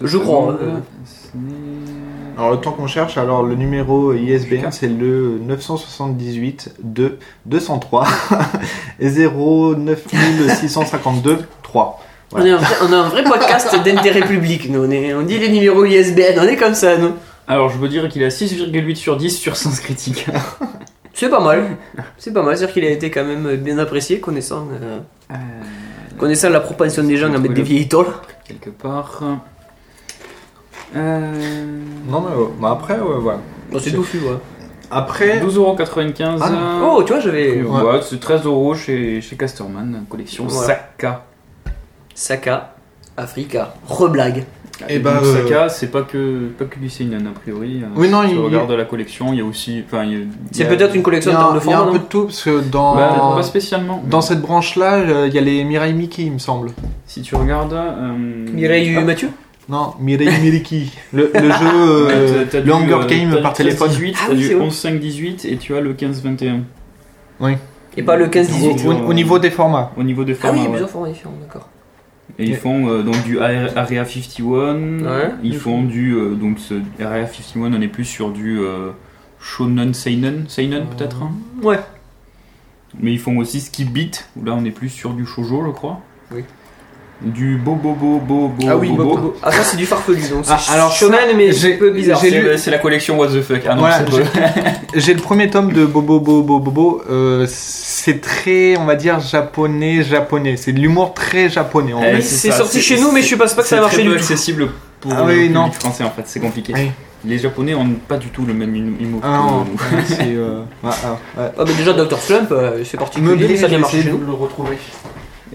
Deux Je crois, secondes. euh. C'est- Alors le temps qu'on cherche, alors le numéro ISBN c'est le 978 2 203 et 09652 3. On, est un vrai, on est un vrai podcast d'intérêt public, nous. On, est- on dit les numéros ISBN, on est comme ça, nous. Alors, je veux dire qu'il a 6,8 sur 10 sur Sens Critique. C'est pas mal. C'est pas mal. C'est-à-dire qu'il a été quand même bien apprécié, connaissant, euh, connaissant la propension des gens à mettre des vieilles tôles. Quelque part. Euh, Non, mais ouais, bah, après, ouais, voilà. Bon, c'est touffu, ouais. Après. 12,95€. Ah, euh, oh, tu vois, j'avais. ouais, Ouais. c'est 13€ chez, chez Casterman, collection Voilà. Saka. Saka, Africa, reblague. Et Et bah, donc, euh, Saka, c'est pas que, pas que du seinen, a priori. Euh, Oui, non, si tu il- regardes la collection, il y a aussi. Enfin, il y a- il y C'est a- peut-être une collection Il y a, dans le hein. il y a format. un peu non de tout, parce que dans, Bah, Pas spécialement. dans cette branche-là, euh, il y a les Mirai Miki, il me semble. Si tu regardes. euh, Mireille Mathieu Non, Mireille Miriki. Le, le jeu, euh, t'as- t'as le du, Hunger euh, t'as Game du par téléphone. 13-18, Ah t'as oui, du c'est vrai. 11-5-18 et tu as le 15-21. Et pas le 15-18. Au, au niveau des formats. Au niveau des Ah oui, formats. il y a ouais. plusieurs formats différents, d'accord. Et ils font euh, donc du Air- Area 51. Ouais. Ils font du. euh, donc ce Area 51, on est plus sur du euh, Shonen Seinen, Seinen peut-être hein. Ouais. Mais ils font aussi Skip Beat, où là on est plus sur du Shoujo, je crois. Oui. Du Bo Bo Bo Bo Bo Ah oui, Bo Bo. Ah, ça, c'est du farfelu, donc Ah, c'est alors, shonen, j'ai- mais c'est un peu bizarre. j'ai C'est lu- la- C'est la collection What the Fuck. Ah non, Voilà, c'est pas- J'ai le premier tome de Bobo Bobo Bobo. euh, c'est très, on va dire, japonais, japonais. C'est de l'humour très japonais. En Eh, fait. oui, c'est sorti chez nous, mais je pense pas que ça a c'est marché très du peu tout. accessible pour Ah le oui, public non. français en fait, c'est compliqué. Oui. Les japonais ont pas du tout le même hum- humour. Ah que non, nous. c'est. euh, ouais, ouais, ouais. Ah, mais déjà, Dr. Slump, euh, c'est particulier, Meublé, ça j'ai a bien marché essayé chez de nous. le retrouver.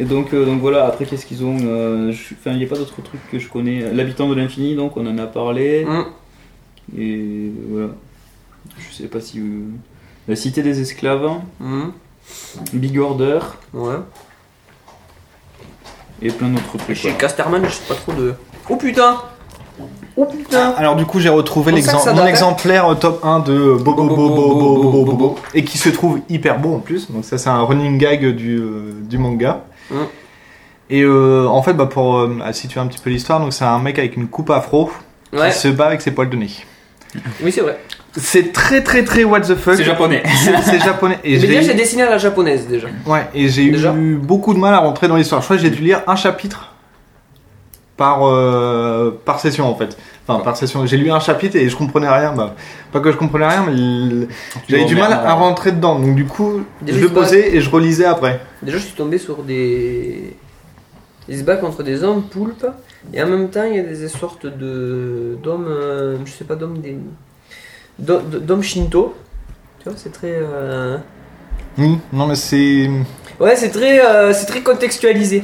Et donc, euh, donc voilà, après qu'est-ce qu'ils ont euh, je- Enfin, il n'y a pas d'autres trucs que je connais. L'habitant de l'infini, donc on en a parlé. Hum. Et voilà. Je sais pas si. euh, La cité des esclaves, Hum, Big Order Ouais. et plein d'autres trucs. Chez voilà. Casterman, je sais pas trop de. Oh putain Oh putain Alors du coup j'ai retrouvé Pour ça que l'exem- ça mon date. exemplaire euh, top 1 de Bobo Bobo, Bobo Bobo Bobo, Bobo, Bobo. et qui se trouve hyper beau en plus. Donc ça c'est un running gag du, euh, du manga. Mm. Et euh, en fait bah, pour euh, situer un petit peu l'histoire, donc c'est un mec avec une coupe afro Ouais, qui se bat avec ses poils de nez. oui, c'est vrai. C'est très très très what the fuck. C'est japonais. C'est- c'est japonais. Et Mais déjà, j'ai j'ai eu- dessiné à la japonaise déjà. ouais, et j'ai Déjà eu beaucoup de mal à rentrer dans l'histoire. Je crois que j'ai dû lire un chapitre par, euh, par session en fait. Enfin, par session. J'ai lu un chapitre et je comprenais rien. bah, pas que je comprenais rien, mais l- j'avais du mal à rentrer dedans. Donc du coup, Déjà, je le il faut- posais et je relisais après. Déjà, je suis tombé sur des. Ils se battent contre des hommes poulpes, et en même temps, il y a des sortes de. d'hommes. euh, je sais pas, d'hommes des. d'ho- d'hommes shinto. Tu vois, c'est très. euh, Hmm, Non mais c'est. Ouais, c'est très, euh, c'est très contextualisé.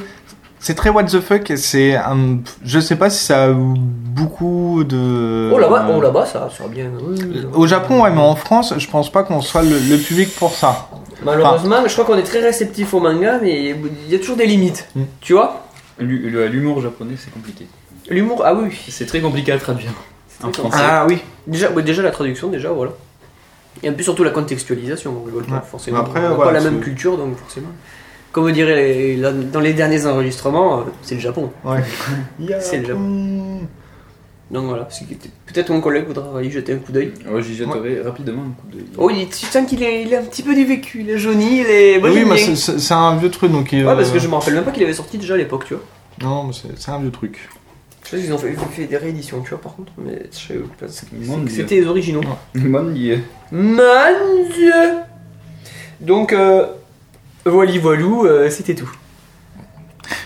C'est très what the fuck et c'est un- Je sais pas si ça a beaucoup de. Oh là-bas, oh là-bas, ça sort bien. Oui, oui, oui. Euh. Au Japon, ouais, mais en France, je pense pas qu'on soit le- le public pour ça. Malheureusement, je crois qu'on est très réceptif au manga, mais il y a toujours des limites. Hmm. Tu vois L'hu- le- L'humour japonais, c'est compliqué. L'humour, ah oui, oui. C'est très compliqué à traduire en très français. Ah oui. Déjà, ouais, déjà la traduction, déjà, voilà. Et en plus, surtout la contextualisation, on rigole pas, Ouais. forcément. Mais après, on n'a voilà, pas la c'est- même culture, donc forcément. Comme on dirait les- là, dans les derniers enregistrements, euh, c'est le Japon. Ouais. C'est le Donc voilà, c'est- peut-être mon collègue voudra y jeter un coup d'œil. Oh, J'y jetterai rapidement un coup d'œil. Oh, il, tu sens qu'il est, il est un petit peu dévécu, il est jauni, il est. Moi, Oui, j'aime mais bien. c'est- c'est c'est un vieux truc donc. euh, Ouais, parce que je me rappelle même pas qu'il avait sorti déjà à l'époque, tu vois. Non, mais c'est c'est un vieux truc. Je sais qu'ils ont fait, ils ont fait des rééditions, tu vois, par contre, mais je sais pas, c'est- Mon c'est- Dieu. c'était les originaux. Mon dieu. Mon Dieu Donc, euh, voili voilou, euh, c'était tout.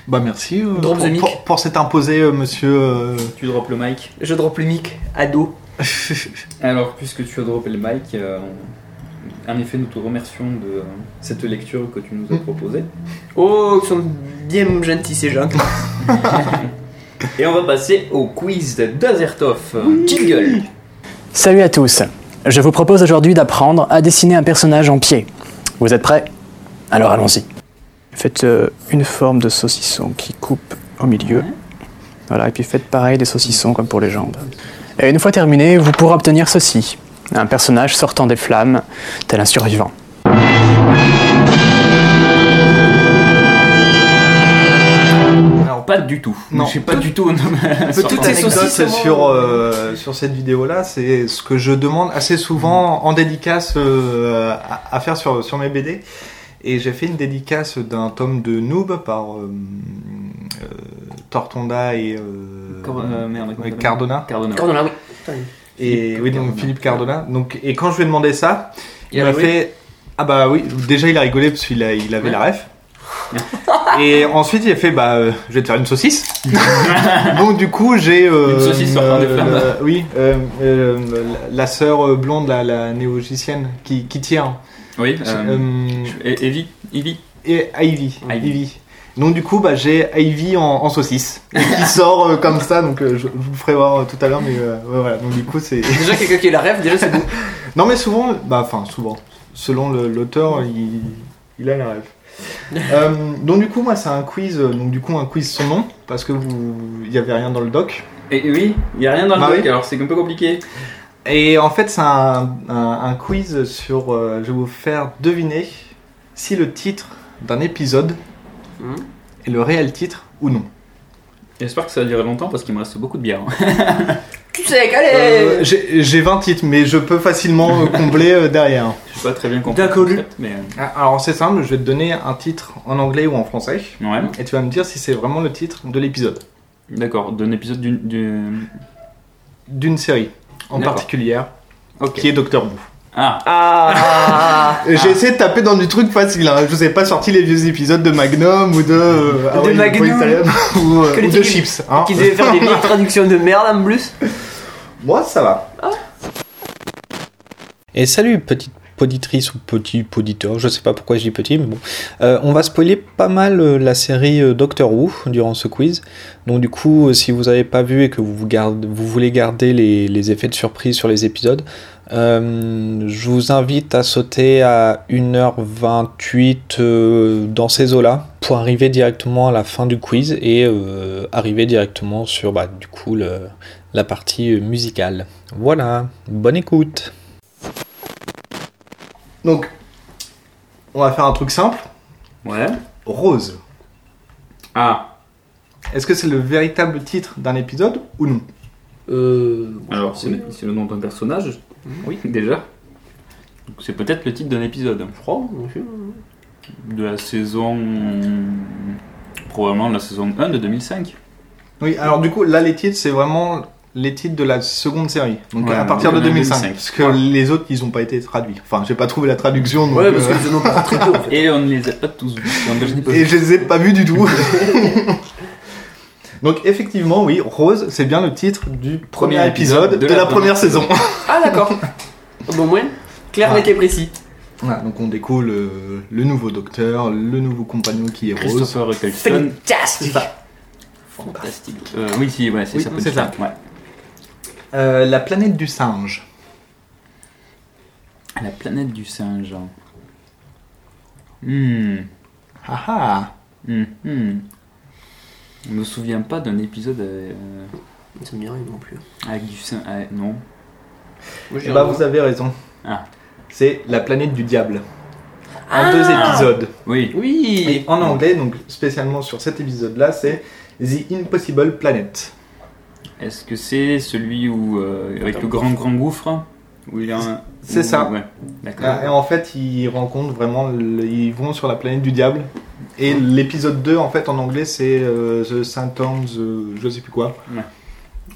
Bah merci. euh, Drop pour, the mic. pour- pour s'être imposé, euh, monsieur. euh, Tu drops le mic. Je drop le mic à dos. Alors, puisque tu as droppé le mic, euh, en effet, nous te remercions de euh, cette lecture que tu nous as proposée. Oh, ils sont bien gentils ces gens. Et on va passer au quiz d'Azertov. Jingle Salut à tous. Je vous propose aujourd'hui d'apprendre à dessiner un personnage en pied. Vous êtes prêts Alors allons-y. Faites euh, une forme de saucisson qui coupe au milieu. Voilà, et puis faites pareil des saucissons comme pour les jambes. Et une fois terminé, vous pourrez obtenir ceci. Un personnage sortant des flammes, tel un survivant. Alors Pas du tout. Non. Je sais pas du tout. Petite Toutes ces saucisses anecdote sont- sur, euh, sur cette vidéo-là, c'est ce que je demande assez souvent en dédicace euh, à, à faire sur, sur mes BD. Et j'ai fait une dédicace d'un tome de Noob par euh, euh, Tortonda et euh, Cor- euh, merde, comment il Cardona. Cardona. Pardon, là, oui. Et oui, donc Cardona. Philippe Cardona. Donc, et quand je lui ai demandé ça, il a m'a joué fait Ah bah oui, déjà il a rigolé parce qu'il a- il avait la ref. Et ensuite il a fait bah euh, je vais te faire une saucisse. Donc du coup j'ai euh, Une saucisse sur Flammes des Flammes. euh, oui, euh, euh, la, la sœur euh, blonde, la, la néo-logicienne qui, qui tire. Oui, Je- euh, et- Evie, Evie. Et Ivy. Ivy. Donc du coup bah j'ai Ivy en, en saucisse Et qui sort euh, comme ça donc euh, je, je vous le ferai voir euh, tout à l'heure mais euh, ouais, voilà donc du coup c'est Déjà, quelqu'un qui la rêve, déjà, c'est bon. non mais souvent, bah enfin souvent, selon le- l'auteur, il, il a la rêve. Euh, donc du coup moi c'est un quiz, euh, donc du coup un quiz son nom, parce que vous, il y avait rien dans le doc. Et et oui, il n'y a rien dans le Bah doc, oui. alors c'est un peu compliqué. Et en fait c'est un, un- un quiz sur, euh, je vais vous faire deviner si le titre d'un épisode est le réel titre ou non. J'espère que ça va durer longtemps parce qu'il me reste beaucoup de bière. hein. Tu sais, allez Euh, J'ai j'ai 20 titres mais je peux facilement euh, combler euh, derrière. Je suis pas très bien compris. D'accord. Mais euh, Ah, Alors c'est simple, je vais te donner un titre en anglais ou en français. Ouais. Et tu vas me dire si c'est vraiment le titre de l'épisode. d'accord, d'un épisode d'une. d'une- D'une série en D'accord. particulière, Ok. qui est Docteur Who. Ah, Ah Et Euh, J'ai essayé de taper dans du truc facile, hein. je vous ai pas sorti les vieux épisodes de Magnum ou de... euh, ah ouais, Magnum. Point Italian, ou, euh, Que les ou de trucs- Chips. hein. Qui devait faire des vieilles traductions de merde en plus. Moi ça va. Et salut, petite poditrice ou petit poditeur, je sais pas pourquoi je dis petit, mais bon. Euh, on va spoiler pas mal euh, la série euh, Doctor Who durant ce quiz. Donc, du coup, euh, si vous avez pas vu et que vous, vous garde- vous voulez garder les, les effets de surprise sur les épisodes, euh, je vous invite à sauter à 1h28 euh, dans ces eaux-là pour arriver directement à la fin du quiz et euh, arriver directement sur bah, du coup le- la partie euh, musicale. Voilà, bonne écoute! Donc, on va faire un truc simple. ouais. Rose. Ah, Est-ce que c'est le véritable titre d'un épisode ou non Euh. alors c'est le, c'est le nom d'un personnage Oui, déjà. Donc c'est peut-être le titre d'un épisode. Je crois, monsieur. De la saison. Probablement de la saison 1 de 2005. Oui, alors du coup, là les titres, c'est vraiment les titres de la seconde série. Donc Ouais, à partir de donc, 2005. 2005. Parce que les autres, ils ont pas été traduits. Enfin, j'ai pas trouvé la traduction. donc, Ouais, parce euh, que nous en parlons très tôt en fait. Et on ne les a pas tous vus. Donc, je n'ai pas Et vu. je les ai pas vus du tout. Donc effectivement, oui, Rose, c'est bien le titre du premier, Premier épisode de, la, première saison. Ah d'accord. Bon, au moins, clair, Ah. net et précis. Voilà, donc on découvre le, le nouveau docteur, le nouveau compagnon qui est Rose. Christopher Eccleston. Fantastique. Fantastique. Euh, oui, si, ouais, c'est Oui, ça. c'est ça. Ouais. Euh, la planète du singe. La planète du singe. Hmm. Ah ah Hmm, hmm. Je me souviens pas d'un épisode euh, Ça me dit rien non plus. avec du singe. ah, non. Moi, j'ai Eh Bah rien. vous avez raison. Ah. C'est la planète du diable. En Ah. deux épisodes. Oui. Et Oui. en anglais, donc spécialement sur cet épisode-là, c'est The Impossible Planet. Est-ce que c'est celui où euh, avec le grand grand gouffre où il y a un- C'est où- ça. Ouais. Ah, Et D'accord. en fait, ils rencontrent vraiment, le- ils vont sur la planète du diable. Et l'épisode 2, en fait, en anglais, c'est euh, The Saint Anne's, euh, je sais plus quoi.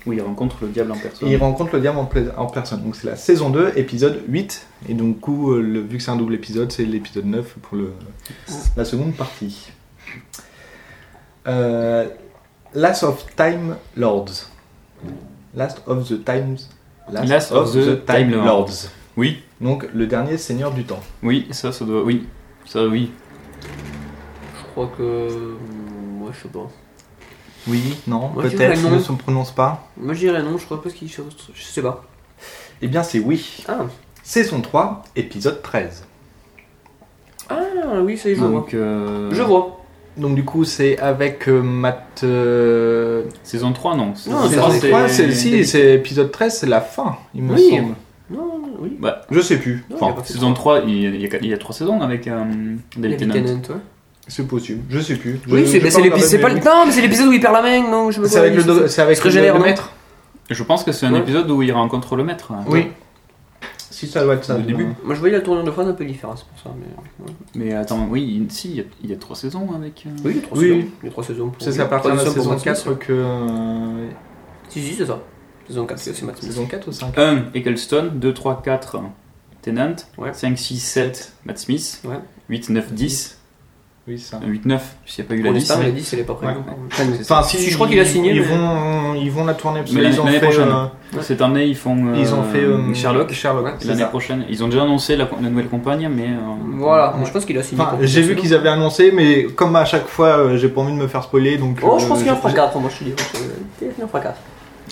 Où il rencontre le diable en Et personne. ils rencontrent le diable en, pla- en personne. Donc c'est la saison 2, épisode 8. Et donc, du coup, euh, le- vu que c'est un double épisode, c'est l'épisode 9 pour le, Ah. la seconde partie. Euh, Last of Time Lords. Last of the Times. Last of the Time Lords. Oui. Donc le dernier seigneur du temps. Oui. Ça, ça doit. Oui. Ça, oui. Je crois que. Moi, je sais pas. Oui, non, Moi, je dirais peut-être, non. ne se prononce pas. Moi, je dirais non, je crois pas qu'il. Je sais pas. Eh bien, c'est oui. Ah. Saison 3, épisode 13. Ah oui, ça y est, je vois. Donc. euh, Je vois. Donc, du coup, c'est avec euh, Matt. euh, Saison 3 non. Non, saison Ah, c'est- 3, c'est si, c'est épisode 13, c'est la fin, il me Oui. semble. Non, non, oui. Bah, Je sais plus. Non, il y a enfin, pas fait saison 3, il y a- il y, a- il y a 3 saisons avec euh, Les David Tennant. Tennant, ouais. C'est possible, je sais plus. Oui, Je- c'est j'ai bah, c'est regardé, l'épisode. C'est mais pas oui. le. Non, mais c'est l'épisode où il perd la main, non, je sais pas C'est quoi, avec le, je do- sais- c'est avec Très le- le généreux, non maître Je pense que c'est un Ouais. épisode où il rencontre le maître. Oui. Si ça doit être ça. Au début. Moi, je voyais la tournure de phrase un peu différente, c'est pour ça. Mais... ouais. Mais attends, oui, il- si, il y a- il y, a 3 saisons avec. euh, Oui, il y a trois Oui. saisons. Il y a trois saisons pour. C'est à partir de la saison trois saisons pour Matt 4 Smith. que. euh, Si, si, c'est ça. Saison 4, c'est aussi Matt Smith. Saison 4 ou 5 1 Eccleston, 2, 3, 4 Tennant, 5, 6, 7, Matt Smith, 8, 9, 10, Oui, ça. 8, 9, Euh, s'il n'y a pas eu la On 10. espère que la 10, elle est pas prévue. Enfin, si, je crois qu'il a signé, Ils, mais- vont, ils vont la tourner parce Mais qu'ils l'année ont fait. l'année prochaine. euh, Cette année, ils font euh, Ils ont fait, euh, Sherlock. Sherlock, Et c'est l'année ça. prochaine, ils ont déjà annoncé la, la nouvelle compagne, mais euh, Voilà, moi je pense qu'il a signé. Enfin, pour j'ai vu Casino. qu'ils avaient annoncé, mais comme à chaque fois, euh, j'ai pas envie de me faire spoiler, donc. Oh, euh, je pense qu'il en fera j'ai- 4, moi je suis libre. Il en fera 4.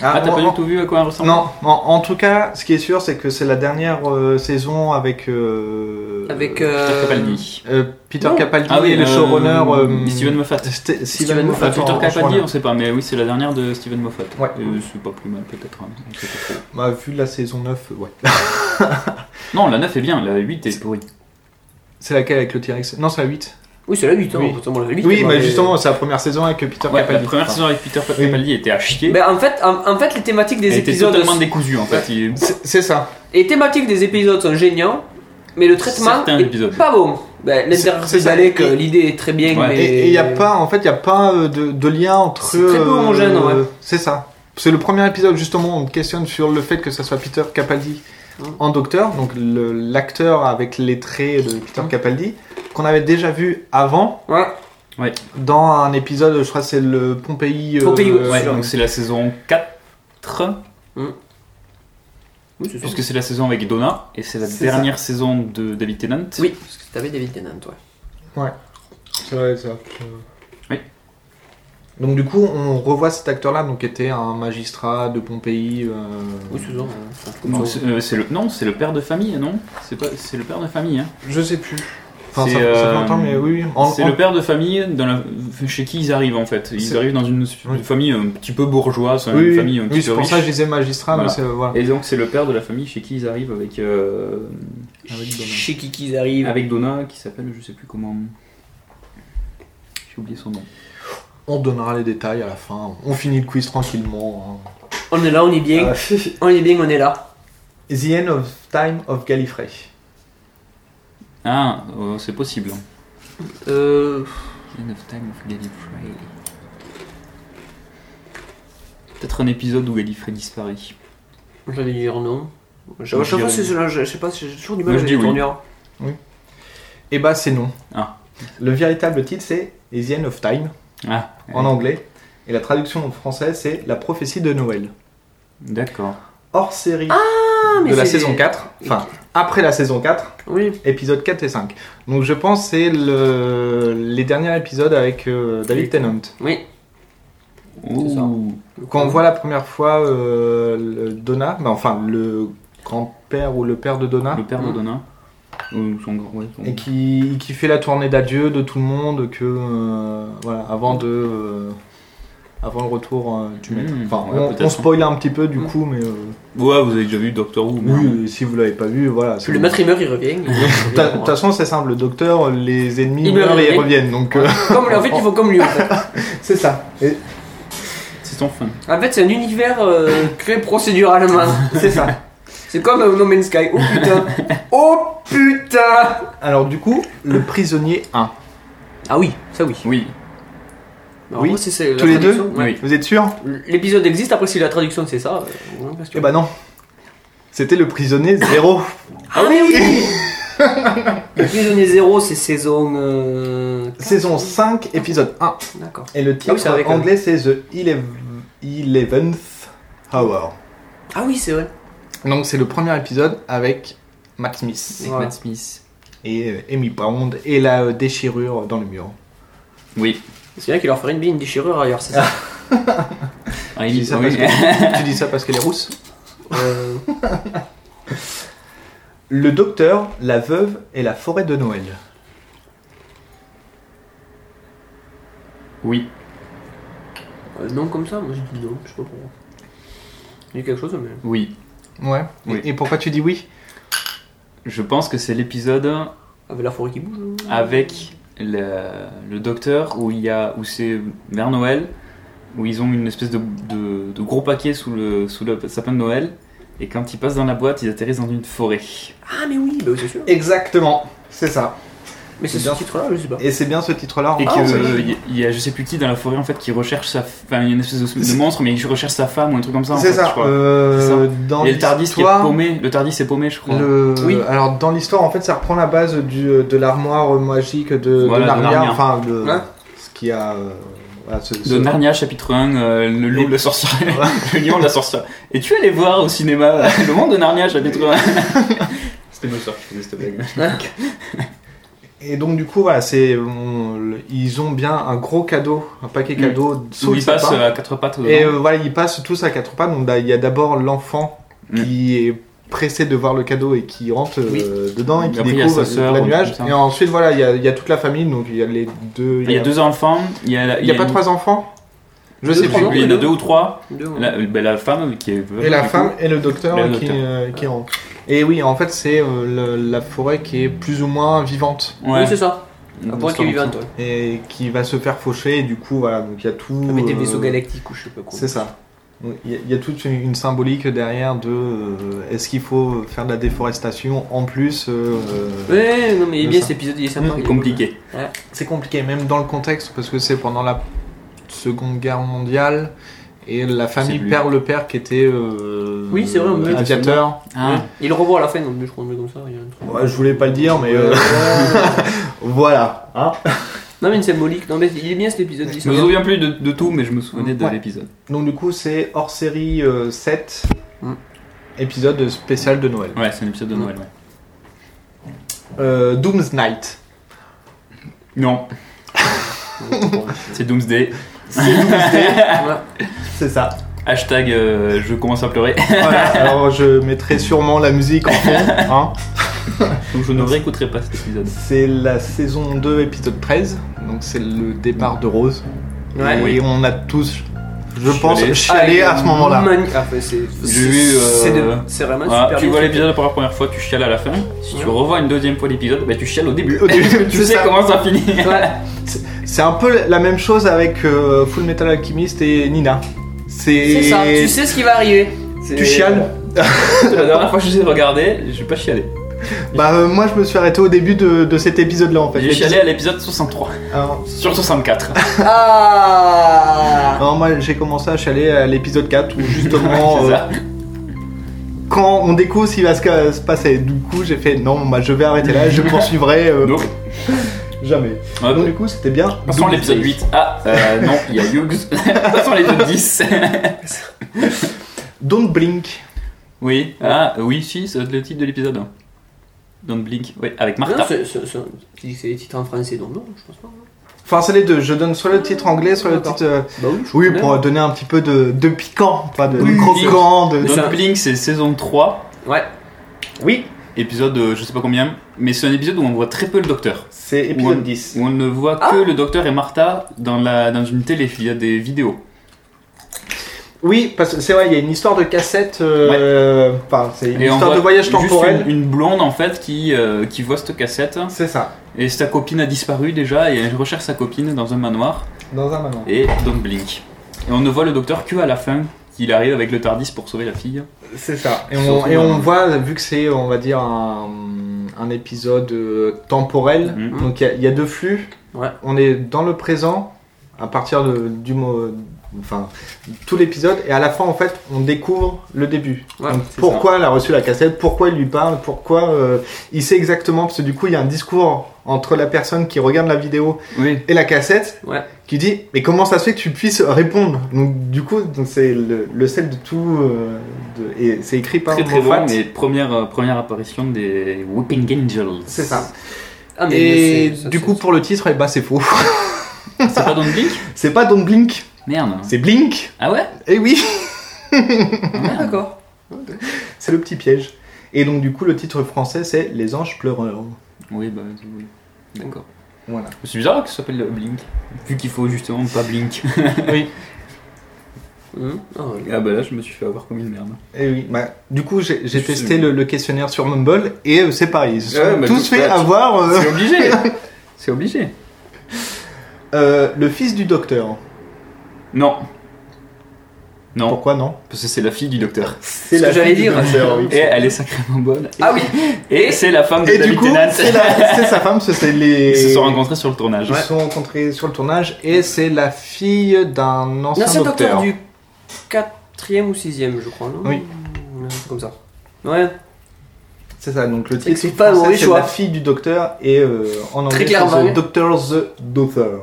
Ah, t'as pas du tout vu à quoi elle ressemble Non, en, en tout cas, ce qui est sûr, c'est que c'est la dernière euh, saison avec. euh, Avec, euh, Peter Capaldi. euh, Peter Non. Capaldi Ah oui, et le euh, showrunner. euh, Steven Moffat. St- Steven, Steven Moffat. Moffat. Peter en- en Capaldi, showrunner. on sait pas, mais oui, c'est la dernière de Steven Moffat. Ouais. Euh, c'est pas plus mal, peut-être. hein, on sait pas trop. Bah, vu la saison 9, euh, ouais. Non, la 9 est bien, la 8 est pourrie. c'est laquelle avec le T-Rex Non, c'est la 8. Oui, c'est la 8, hein, Oui, pourtant, la 8, oui elle mais avait- justement, c'est la première saison avec Peter Ouais, la Capaldi. première saison avec Peter Capaldi était à chier. Ben, en, fait, en, en fait, les thématiques des Elle était épisodes. totalement décousue en fait. Il- C'est ça. Les thématiques des épisodes sont géniaux, mais le traitement Certains est épisodes. pas bon. Ben, C'est- c'est ça. L'interprétalec, que l'idée est très bien, mais. Et il n'y a pas, en fait, il a pas euh, de, de lien entre. C'est très peu euh, homogène, ouais. C'est ça. C'est le premier épisode, justement, on questionne sur le fait que ça soit Peter Capaldi en docteur, donc le- l'acteur avec les traits de Peter Capaldi, qu'on avait déjà vu avant. Ouais. Dans un épisode, je crois que c'est le Pompéi. euh, ouais, euh, donc c'est la saison 4. Oui, c'est ça. Puisque c'est la saison avec Donna, et c'est la C'est dernière saison de David Tennant. Oui, parce que t'avais David Tennant, toi. Ouais. C'est vrai, ça. Oui. Donc du coup, on revoit cet acteur-là, donc qui était un magistrat de Pompéi. euh, Oui, c'est ça. Non, c'est euh, c'est le non, c'est le père de famille, non C'est pas, c'est le père de famille. Hein. Je sais plus. Enfin, C'est, ça- ça fait euh, longtemps, mais oui, oui. En- c'est en- le père de famille dans la, chez qui ils arrivent en fait. Ils C'est- arrivent dans une, une famille un petit peu bourgeoise, hein, Oui, une oui. famille un Oui, petit c'est peu pour riche. ça que je disais magistrat, mais c'est- voilà. Et donc c'est le père de la famille chez qui ils arrivent avec. euh, avec Donna. Chez qui qu'ils arrivent. Avec Donna qui s'appelle, je sais plus comment. J'ai oublié son nom. On donnera les détails à la fin. On finit le quiz tranquillement. hein. On est là, on est Ah bien. on est bien, on est là. The End of Time of Gallifrey. Ah, euh, c'est possible. Euh. End of Time of Gallifrey. Peut-être un épisode où Gallifrey disparaît. J'allais dire non. Je Moi, je sais je pas dirais si oui. c'est là, je je sais pas, j'ai toujours du Moi, mal je avec dis les oui. tournures. Oui. Et bah c'est non. Ah. Le véritable titre c'est The End of Time Ah. en anglais. Et la traduction en français c'est La prophétie de Noël. D'accord. Hors série Ah, mais de la c'est- saison 4. Enfin, après la saison 4. Oui. Épisode 4 et 5. Donc je pense que c'est le... les derniers épisodes avec euh, David Tennant. Oui. Ouh. Quand on voit la première fois euh, le Donna, mais enfin le grand-père ou le père de Donna. Le père de Donna. Ou son grand- ouais, son- Ah. Et qui, qui fait la tournée d'adieu de tout le monde que euh, voilà avant de euh, avant le retour euh, du maître. Mmh, Enfin, ouais, on- on, peut-être. spoil un petit peu du coup, mais euh, Ouais, vous avez déjà vu Doctor Who. hein. mais- oui, si vous l'avez pas vu, voilà. c'est Le bon. maître il meurt, il revient. De ta- de toute façon, c'est simple. Le docteur, les ennemis Ils meurent meurent, et ils ils reviennent. Donc, euh, Ah, Comme, en fait, ils font comme lui. En fait, c'est ça. Et- C'est son fin. En fait, c'est un univers euh, créé procéduralement. C'est ça. C'est comme euh, No Man's Sky. Oh putain. Oh putain. Alors du coup, le prisonnier 1. Ah oui, ça oui. Oui. Oui. moi, c'est- c'est la Tous les deux traduction, ouais. Vous êtes sûr L'épisode existe, après si la traduction c'est ça. Euh, Eh bah non. C'était le prisonnier 0. Ah oui, oui Le prisonnier zéro, c'est saison. euh, Saison 5, épisode 1. D'accord. Et le titre Ah oui, c'est avec, euh, anglais, c'est The Elev- Eleventh Hour. Ah oui, c'est vrai. Donc, c'est le premier épisode avec Matt Smith. Avec Matt Smith. Et euh, Amy Pound et la euh, déchirure dans le mur. Oui. C'est bien qu'il leur ferait une bille, une déchirure ailleurs, c'est ça. Ah, Tu il dis ça, parce oui. que- tu dis ça parce qu'elle est rousse Euh, Le docteur, la veuve et la forêt de Noël. Oui. euh, non, comme ça, moi je dis non, je sais pas pourquoi. Il y a quelque chose, mais. Oui. Ouais. Oui. Et pourquoi tu dis oui Je pense que c'est l'épisode Avec Ah, la forêt qui bouge. euh. avec le, le docteur où il y a où c'est vers Noël où ils ont une espèce de, de- de gros paquet sous le sous le sapin de Noël et quand ils passent dans la boîte ils atterrissent dans une forêt. Ah, mais oui, bah oui, c'est sûr. Exactement, c'est ça. Mais c'est ce titre-là, je sais pas. Et c'est bien ce titre-là. Et Ah, qu'il ça y est. y a je sais plus qui dans la forêt en fait qui recherche sa enfin il y a une espèce de, de monstre mais qui recherche sa femme ou un truc comme ça en C'est fait, ça, je crois. euh, C'est ça. dans et le tardis qui est l'histoire- paumé, le tardis est paumé je crois. Le- Oui. Alors dans l'histoire, en fait, ça reprend la base du, euh, de l'armoire magique de, Voilà, de de Narnia, Narnia. enfin de Ouais. ce qui a. euh, voilà, ce- ce- De Narnia chapitre 1, euh, le loup, la sorcière, le lion, la sorcière. Et tu allais voir au cinéma euh, le monde de Narnia chapitre 1. C'était ma soeur qui faisait cette blague. Et donc du coup, voilà, c'est on- le- ils ont bien un gros cadeau, un paquet Mm. cadeau. Où sous le ils passent, sapin. euh, à quatre pattes dedans. Et euh, voilà, ils passent tous à quatre pattes. Donc là, il y a d'abord l'enfant Mm. qui est pressé de voir le cadeau et qui rentre euh, dedans et Mais qui après, il y a découvre sa sœur, la ou nuage. comme ça. Ah, Et ensuite, voilà, il y, a- il y a toute la famille. Donc il y a les deux. Il y a deux enfants, il y a, la- Il y a pas trois enfants Je Deux, sais plus. Il y en a deux ou trois. Deux, ouais. La, ben, la femme qui est veuve, Et la du coup. femme et le docteur Et le qui, docteur. euh, qui rentre. Et oui, en fait, c'est euh, le- la forêt qui est plus ou moins vivante. Ouais. Oui, c'est ça. La forêt qui est vivante, Et qui va se faire faucher, et du coup, voilà, donc il y a tout. Avec des euh, vaisseaux galactiques ou je sais pas quoi. C'est ça. Donc, Il y, a- il y a toute une, une symbolique derrière de euh, est-ce qu'il faut faire de la déforestation en plus euh, Ouais, non, mais il est de bien ça. cet épisode, il est sympa. Mm. il est cool. Ouais. C'est compliqué, même dans le contexte, parce que c'est pendant la Seconde Guerre mondiale et la famille plus. perd le père qui était euh, Oui, c'est vrai, on peut- aviateur. Ah. Ouais. Il le revoit à la fin, donc je crois que comme ça. il y a un truc. Ouais, je voulais pas le dire, mais euh, voilà. hein. Non, mais une symbolique. Non, mais il est bien cet épisode. il est Je me sympa. souviens plus de, de tout, mais je me souvenais de Ouais. l'épisode. Donc du coup, c'est hors série euh, 7, Mm. épisode spécial de Noël. Ouais, c'est un épisode de Noël. ouais. Euh, Doom's Night. Non. c'est Doomsday. C'est Doomsday. C'est ça. Hashtag euh, je commence à pleurer. Voilà, alors je mettrai sûrement la musique en fond. hein. Donc je ne réécouterai pas cet épisode. C'est la saison 2, épisode 13. Donc c'est le départ de Rose. Ouais. Et Oui. on a tous, je Chialé. pense, chialé Ah, à ce moment-là. mani- ah, bah, c'est J'ai vu. euh, c'est de- c'est vraiment voilà, super Tu bien vois fait. l'épisode pour la première fois, tu chiales à la fin. Si tu revois une deuxième fois l'épisode, bah, tu chiales au début. Au début, Parce que tu c'est sais ça. comment ça finit. C'est- C'est un peu la même chose avec euh, Full Metal Alchemist et Nina. C'est C'est ça, tu sais ce qui va arriver. Tu chiales La dernière fois que je les ai regardés, j'ai pas chialé. Bah euh, moi je me suis arrêté au début de, de cet épisode là en fait. J'ai chialé à l'épisode 63. Sur 64. Ah Non moi j'ai commencé à chialer à l'épisode 4 où justement C'est euh, ça. quand on découvre ce qui va se, ca- se passer. Du coup j'ai fait non bah je vais arrêter là, je poursuivrai euh, jamais. Ouais. Donc du coup c'était bien. Ah Passons à l'épisode 8. Ah, euh, non, il y a Hughes. Passons à l'épisode 10. Don't Blink. Oui, ah, oui, si, c'est le titre de l'épisode. Don't Blink, oui, avec Martha. Non, c'est- c'est- c'est- Tu dis que c'est les titres en français, donc non, je pense pas. Enfin c'est les deux, je donne soit le titre anglais, soit le D'accord. titre... euh, Bah oui, Oui, connais. pour donner un petit peu de, de piquant, pas de, de Oui. croquant, de... Don't Blink, c'est saison 3. Ouais. Oui. Épisode, euh, je sais pas combien, mais c'est un épisode où on voit très peu le docteur. C'est Ah. Où on- Où on ne voit que le docteur et Martha dans, la, dans une télé, il y a des vidéos. Oui, parce que c'est vrai, il y a une histoire de cassette, euh, enfin, c'est une Et on histoire voit de voyage juste temporel. Une, une blonde en fait qui, euh, qui voit cette cassette. C'est ça. Et sa copine a disparu déjà et elle recherche sa copine dans un manoir Dans un moment. et Don't Blink. Et on ne voit le docteur que à la fin, qu'il arrive avec le Tardis pour sauver la fille. C'est ça. Et Qui se on, retrouve et on dans- voit, vu que c'est, on va dire, un, un épisode euh, temporel, Mhm. donc il y a- il y, a deux flux. On est dans le présent, à partir de- du mot. Enfin, tout l'épisode, et à la fin, en fait, on découvre le début. Ouais, Donc, c'est pourquoi elle a reçu la cassette, pourquoi il lui parle, pourquoi euh, il sait exactement, parce que du coup, il y a un discours entre la personne qui regarde la vidéo et la cassette qui dit Mais comment ça se fait que tu puisses répondre Donc, du coup, donc, c'est le, le sel de tout. euh, de- et c'est écrit par Très très Moffat. bon, mais première, euh, première apparition des Whipping Angels. C'est ça. Ah, mais et c'est- ça, du coup, pour le titre, eh ben, c'est faux. C'est pas Don't Blink c'est pas Don't Blink. Merde. C'est Blink. Ah ouais Eh oui. Ah D'accord. C'est le petit piège. Et donc, du coup, le titre français, c'est Les anges pleureurs. Oui, bah oui. D'accord. Voilà. C'est bizarre que ça s'appelle Blink, vu qu'il faut justement pas Blink. oui. Ah bah là, je me suis fait avoir comme une merde. Et oui, bah, du coup, j'ai j'ai Je- testé le, le questionnaire sur Mumble et euh, c'est pareil. Ils se sont Ouais, bah, tous tout- fait bah, tu- avoir. euh, C'est obligé. C'est obligé. Euh, le fils du docteur. Non. Non. Pourquoi Ah, non Parce que c'est la fille du docteur. C'est ce que j'allais dire. Et elle est sacrément bonne. Ah oui Et, c'est la femme de Et David du coup, Tennant. c'est la- c'est sa femme, ce- c'est les. Ils se sont rencontrés sur le tournage. Ils se sont rencontrés sur le tournage et c'est la fille d'un ancien L'ancien docteur. docteur du 4ème ou 6ème, je crois. Non Oui. Un truc Comme ça. Ouais. C'est ça, donc le C'est que titre. c'est pas un français, mauvais c'est choix. La fille du docteur et euh, en Très anglais clairement. c'est The Doctor the Doctor.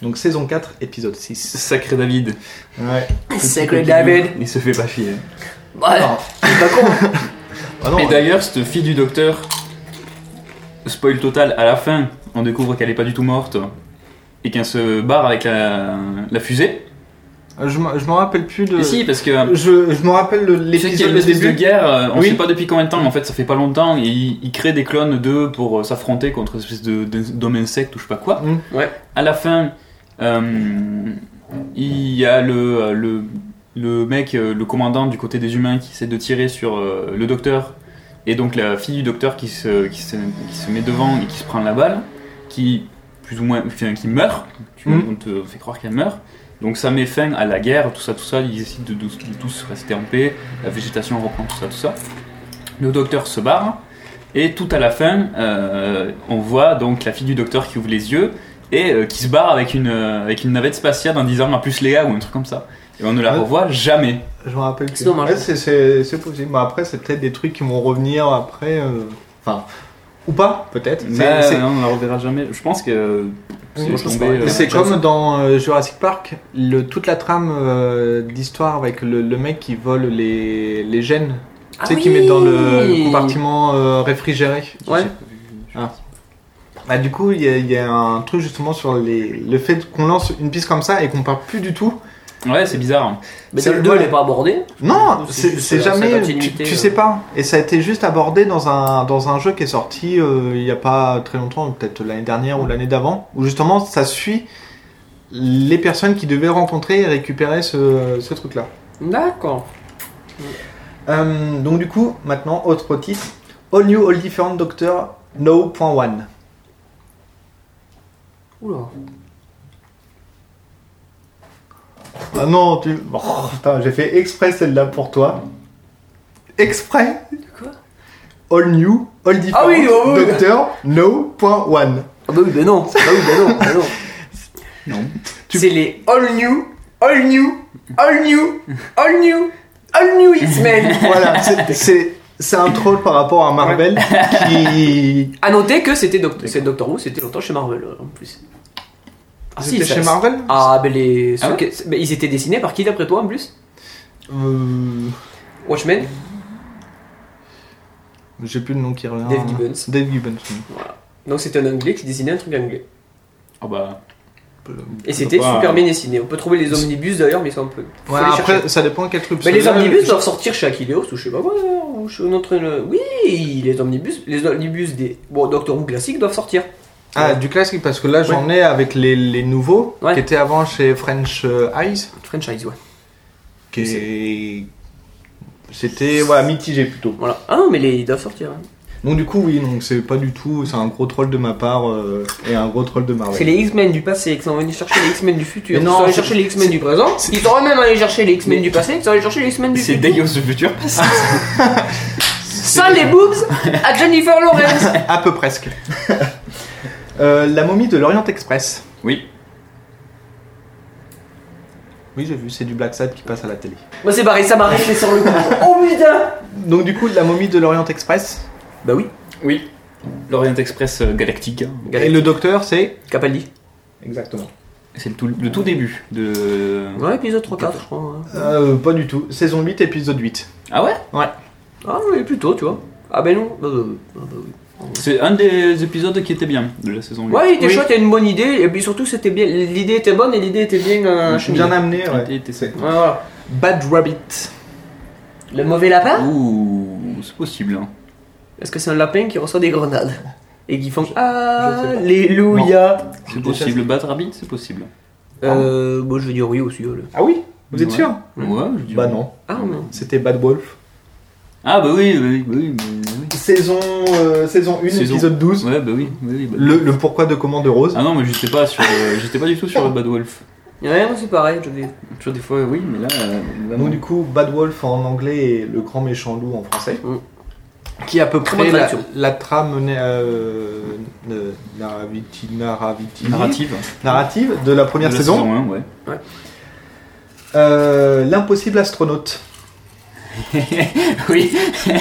Donc saison 4, épisode 6. Sacré David. Ouais. Sacré David. Il se fait pas fier. Bah, hein. Non. c'est pas con. Ah non, Et ouais. d'ailleurs, cette fille du docteur, spoil total, à la fin, on découvre qu'elle est pas du tout morte et qu'elle se barre avec la, la fusée. euh, Je m'en je m'en rappelle plus de. Et si, parce que euh, Je, je me rappelle le- tu sais qu'il y a l'épisode une de espèce de début. guerre, euh, on Oui. sait pas depuis combien de temps, mais en fait ça fait pas longtemps, et ils, ils créent des clones d'eux pour euh, s'affronter contre une espèce de- de- d'homme insecte ou je sais pas quoi. Mm. Ouais. à la fin, euh, il y a le, euh, le, le mec, euh, le commandant du côté des humains qui essaie de tirer sur euh, le docteur, et donc la fille du docteur qui se, qui, se, qui se met devant et qui se prend la balle, qui plus ou moins, enfin, qui meurt, Tu- Mhm. on te fait croire qu'elle meurt. Donc ça met fin à la guerre, tout ça, tout ça, ils décident de, tous- de tous rester en paix, la végétation reprend tout ça, tout ça. Le docteur se barre, et tout à la fin, euh, on voit donc la fille du docteur qui ouvre les yeux, et euh, qui se barre avec une, euh, avec une navette spatiale en disant à plus Léa ou un truc comme ça. Et on ne la Ouais. revoit jamais. Je m'en rappelle plus. C'est dommage. Ouais, c'est- c'est c'est possible. Mais après, c'est peut-être des trucs qui vont revenir après. euh, Enfin. Ou pas, peut-être. C'est- Mais, c'est- euh, on ne la reverra jamais. Je pense que euh, c'est Oui, tombé, euh, C'est comme dans euh, Jurassic Park, le, toute la trame euh, d'histoire avec le, le mec qui vole les, les gènes. Ah tu sais, qui met dans le, oui. le compartiment euh, réfrigéré. Ouais. Bah, du coup, il y, a- il y a un truc justement sur les, le fait qu'on lance une piste comme ça et qu'on parle plus du tout. Ouais, c'est bizarre. hein. Mais C'est- dans le 2, ouais. elle est pas abordée. Non, C'est c'est juste c'est la- sa jamais. Tu, continuité, tu euh. sais pas. Et ça a été juste abordé dans un, dans un jeu qui est sorti euh, il n'y a pas très longtemps, peut-être l'année dernière ou l'année d'avant, où justement ça suit les personnes qui devaient rencontrer et récupérer ce, ce truc-là. D'accord. Euh, donc, du coup, maintenant, autre titre All New, All Different Doctor No.1. Oula. Ah non, tu. Oh, putain, j'ai fait exprès celle-là pour toi. Exprès Quoi All New, All Different Ah oui, oh oui. Doctor No.1. Ah bah oui, bah non. Bah oui, bah non. Bah non. Non. C'est les all new, all new, all new, all new, all new X-Men. Voilà, c'est- c'est c'est un troll par rapport à Marvel qui À noter que c'était Docteur, c'est Doctor Who, c'était longtemps chez Marvel euh, en plus. Ah C'était ça- chez Marvel Ah, ben les. ceux Ah ouais que- c'est- ben, ils étaient dessinés par qui d'après toi en plus Euh, Watchmen J'ai plus le nom qui revient. Dave Gibbons. Dave Gibbons. oui. Donc c'était un anglais qui dessinait un truc anglais. Ah bah, Et c'était Bah, super bien dessiné. On peut trouver les omnibus d'ailleurs, mais ils sont un peu. faut Ouais, les chercher. après, ça dépend quel truc. Mais les Parce que là, omnibus hein. je- doivent sortir chez Aquileos ou chez pas quoi, ou chez notre. Oui, les omnibus, les omnibus des. Bon, Doctor Who classique doivent sortir. Ah, du classique, parce que là, j'en ai avec les, les nouveaux Ouais. qui étaient avant chez French euh, Eyes. Franchise, ouais. qui est- C'était voilà, mitigé plutôt. Voilà. Ah non, mais les, ils doivent sortir. hein. Donc, du coup, oui, donc c'est pas du tout. C'est un gros troll de ma part euh, et un gros troll de Marvel. C'est les X-Men du passé qui sont venus chercher les X-Men du futur. Mais Ils non, sont allés c'est- chercher les X-Men du présent. Ils sont même allés chercher les X-Men Mais- du passé. Ils sont allés chercher les X-Men du c'est futur. dégueu ce futur. Ça, les boobs à Jennifer Lawrence. À peu presque. Euh, la momie de l'Orient Express. Oui. Oui, j'ai vu, c'est du Black Sabbath qui passe à la télé. Moi, c'est pareil, ça m'a arrêté sur le coup. Oh putain. Donc du coup, la momie de l'Orient Express. Bah oui, Oui. L'Orient Express euh, Galactique. Et le docteur, c'est Capaldi. Exactement. C'est le tout, le tout début de. Ouais, épisode hein. 3-4, je crois. ouais. Euh, pas du tout. Saison 8, épisode 8. Ah ouais Ah, mais plutôt, tu vois. Ah, ben non. Bah, bah, bah, bah oui. C'est un des épisodes qui était bien de la saison 8. Ouais, il était Oui. chouette, il y a une bonne idée, et puis surtout c'était bien, l'idée était bonne et l'idée était bien euh, cheminée. Ah, Bien amené, ouais. Il était- Ouais, voilà. Bad Rabbit. Le mauvais lapin Ouh, c'est possible. hein. Est-ce que c'est un lapin qui reçoit des grenades Et qui font sais pas. Alléluia C'est possible. Bad Rabbit, c'est possible. Euh, bon, je vais dire oui aussi. allez. Ah oui Vous êtes Ouais. sûr Ouais, je dis- Bah non, Ah non. c'était Bad Wolf. Ah bah oui, oui, oui. bah oui, Saison, euh, saison 1, Saison- épisode 12. oui. Ouais, bah oui, oui, oui, bah- Le, le pourquoi de comment de Rose. euh, Ah non, mais j'étais pas sur, le- j'étais pas du tout sur le Bad Wolf. Ouais, moi c'est pareil, je vais. Toujours des fois, oui, mais là. euh, Donc du coup, Bad Wolf en anglais et Le Grand Méchant Loup en français. Qui est à peu Très près bonne la, traduction. la trame euh, euh, narrati- narraviti- Narrative. narrative de la première Mhm. hein, De la saison. saison un, ouais. Euh, L'impossible astronaute. oui.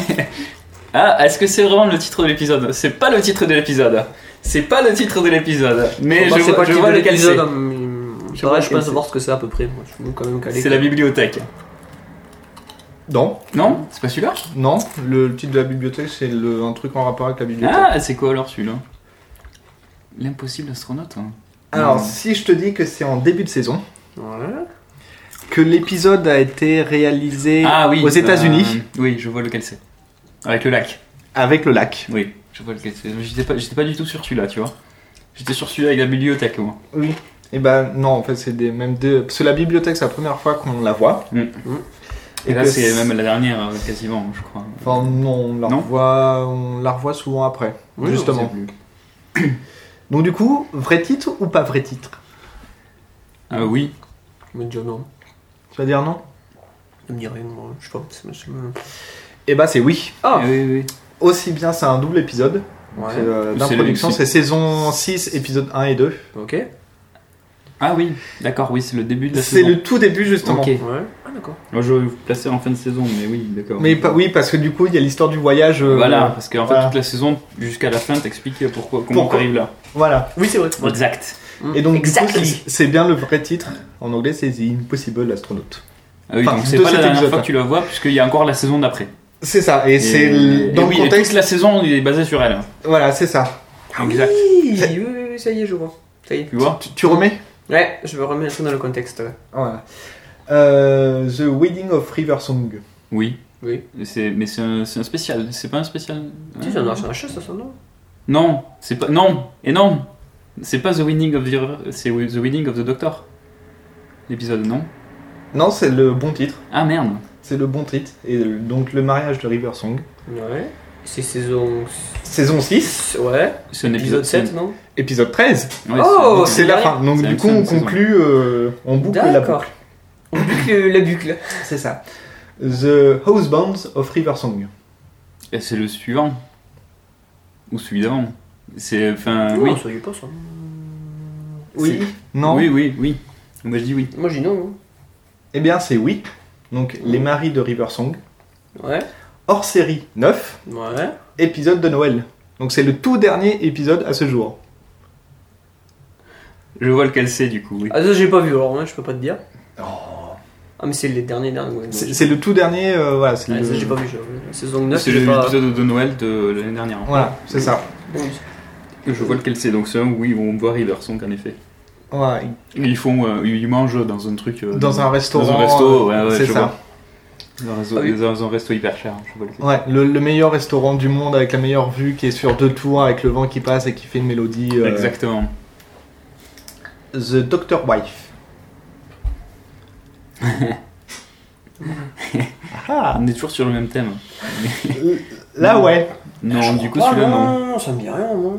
ah, est-ce que c'est vraiment le titre de l'épisode C'est pas le titre de l'épisode. C'est pas le titre de l'épisode. Mais Bon, bah, je, c'est vois- pas je le titre vois de lequel l'épisode. c'est. hum, Je vois Pareil, je lequel pense c'est. savoir ce que c'est à peu près. Moi, je suis quand même calé. C'est la bibliothèque. Non. Non C'est pas celui-là Non, le titre de la bibliothèque, c'est le- un truc en rapport avec la bibliothèque. Ah, c'est quoi alors celui-là L'impossible astronaute. hein. Alors, Non. si je te dis que c'est en début de saison, que l'épisode a été réalisé Ah oui. aux États-Unis. euh, oui, je vois lequel c'est. Avec le lac. Avec le lac. Oui, je vois lequel c'est. J'étais pas, j'étais pas du tout sur celui-là, tu vois. J'étais sur celui-là avec la bibliothèque, moi. Oui. Et ben non, en fait, c'est des mêmes deux. Parce que la bibliothèque, c'est la première fois qu'on la voit. Mm. Et, Et là, que c'est c'est- même la dernière, euh, quasiment, je crois. Enfin, non, on la, revoit, on la revoit souvent après, Oui, on sait justement. Donc, du coup, vrai titre ou pas vrai titre Ah oui. Je me dis non. Tu vas dire non hein. Je me dis rien, moi. Je sais pas. c'est- c'est- Eh ben, c'est oui. Ah oui, oui. Aussi bien, c'est un double épisode. Ouais. C'est, euh, C'est D'improduction, le- c'est saison 6, épisode 1 et 2. Ok. Ah oui, d'accord, oui, c'est le début de la C'est saison. le tout début, justement. Ok. Ah, d'accord. Moi, je vais vous placer en fin de saison, mais oui, d'accord. Mais pas- oui, parce que du coup, il y a l'histoire du voyage. euh, Voilà, parce qu'en fait, voilà. toute la saison, jusqu'à la fin, t'explique pourquoi, comment Pourquoi on arrive là. Voilà. Oui, c'est vrai. Mm. Exact. Et donc, du coup, c'est- c'est bien le vrai titre. En anglais, c'est The Impossible Astronaut. Ah oui, Enfin, donc c'est de pas la cet dernière fois épisode-là. que tu la vois, puisqu'il y a encore la saison d'après. C'est ça, et, c'est et le- dans oui, et le contexte. Ah toute la saison, il est basé sur elle. Voilà, c'est ça. Exact. Oui, oui, oui, oui, ça y est, je vois. Ça y est. Tu vois Tu, tu remets Ouais, je vais remettre ça dans le contexte. là. Voilà. Euh, The Wedding of River Song. Oui. Oui. Et c'est- Mais c'est un, c'est un spécial, c'est pas un spécial. Tu sais, Ah. j'en ai acheté un chat, ça, ça, non Non, c'est pas. Non Et non C'est pas The Winning of the. C'est The Winning of the Doctor. L'épisode, non Non, c'est le bon titre. Ah merde C'est le bon titre. Et le- donc, le mariage de River Song. Ouais. C'est saison. Saison 6, Ouais. C'est un Épisode épisode 7, non épisode 13. Ouais, Oh, C'est la fin. Donc, C'est du la coup, fin on de saison. conclut, euh, on boucle la D'accord. boucle. On boucle la boucle. C'est ça. The Housebounds of River Song. Et eh, c'est le suivant. Ou celui d'avant. C'est. Enfin, oui. Non, soyez pas ça. Oui. C'est- Non Oui, oui, oui. Moi je dis oui. Moi, je dis non. Eh bien, c'est oui. Donc, les maris de River Song. hein. Ouais. Hors série 9, Ouais. épisode de Noël. Donc, c'est le tout dernier épisode à ce jour. Je vois lequel c'est du coup, oui. Ah, ça, j'ai pas vu, alors, hein, je peux pas te dire. Ah, mais c'est les derniers, derniers. ouais, non, C'est j'ai- c'est le tout dernier. euh, voilà, c'est Ah, le- ça, j'ai pas vu. j'ai- La saison 9, C'est j'ai pas. l'épisode de Noël de l'année dernière. Voilà, c'est ça. Oui. Je vois lequel c'est, donc c'est un oui, on voit River Song en effet. Ouais, Ils font, euh, ils mangent dans un truc. euh, Dans un restaurant, Dans un resto, ouais, euh, ouais, c'est je ça. vois. Dans un, resto, Ah oui. dans un resto hyper cher, je vois lequel. ouais le, le meilleur restaurant du monde avec la meilleure vue qui est sur deux tours avec le vent qui passe et qui fait une mélodie. euh, Exactement. The Doctor Wife. Ah, On est toujours sur le même thème. là ouais, Non, du coup Ah, celui-là non. non, ça me dit rien, moi.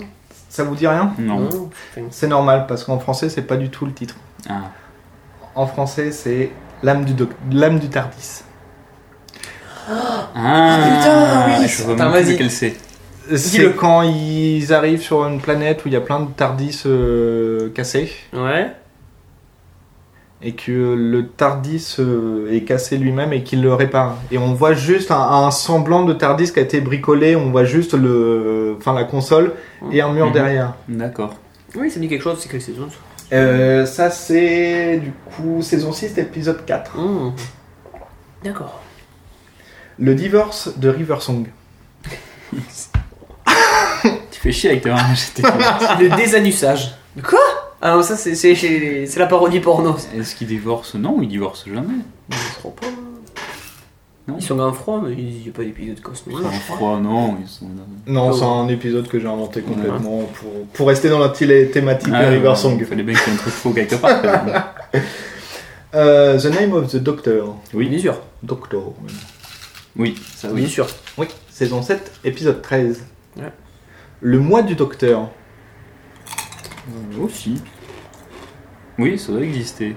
ça vous dit rien Non. Non, putain. C'est normal parce qu'en français c'est pas du tout le titre. Ah. En français c'est l'âme du, doc- l'âme du Tardis. Ah, putain, oui. Je vois Attends, même plus vas-y. lequel Euh, c'est. C'est quand ils arrivent sur une planète où il y a plein de Tardis euh, cassés Ouais. et que le Tardis euh, est cassé lui-même et qu'il le répare. Et on voit juste un, un semblant de Tardis qui a été bricolé, on voit juste le, enfin la console et un mur Mhm. derrière. D'accord. Oui, ça me dit quelque chose, c'est quelle saison ça Euh, ça c'est du coup saison 6, épisode 4. Hum. D'accord. Le divorce de Riversong. Tu fais chier avec tes mariages. c'était- Le désanusage. Quoi Ah non, ça, c'est- c'est c'est- c'est la parodie porno. ça. Est-ce qu'ils divorcent Non, ils divorcent jamais. Ils seront pas. Non. Ils sont en froid, mais il n'y a pas d'épisode comme ça. En froid, non. Ils sont... Non, Ah c'est ouais. un épisode que j'ai inventé complètement pour, pour rester dans la télé- thématique Ah, de Riversong. Ah, Il fallait bien qu'il y ait un truc faux quelque part. quand même. Euh, the Name of the Doctor. Oui. Bien sûr. Doctor. oui. Oui, ça Bien oui. sûr. Oui, saison 7, épisode 13. Ouais. Le mois du Docteur. Aussi. Oui, ça doit exister.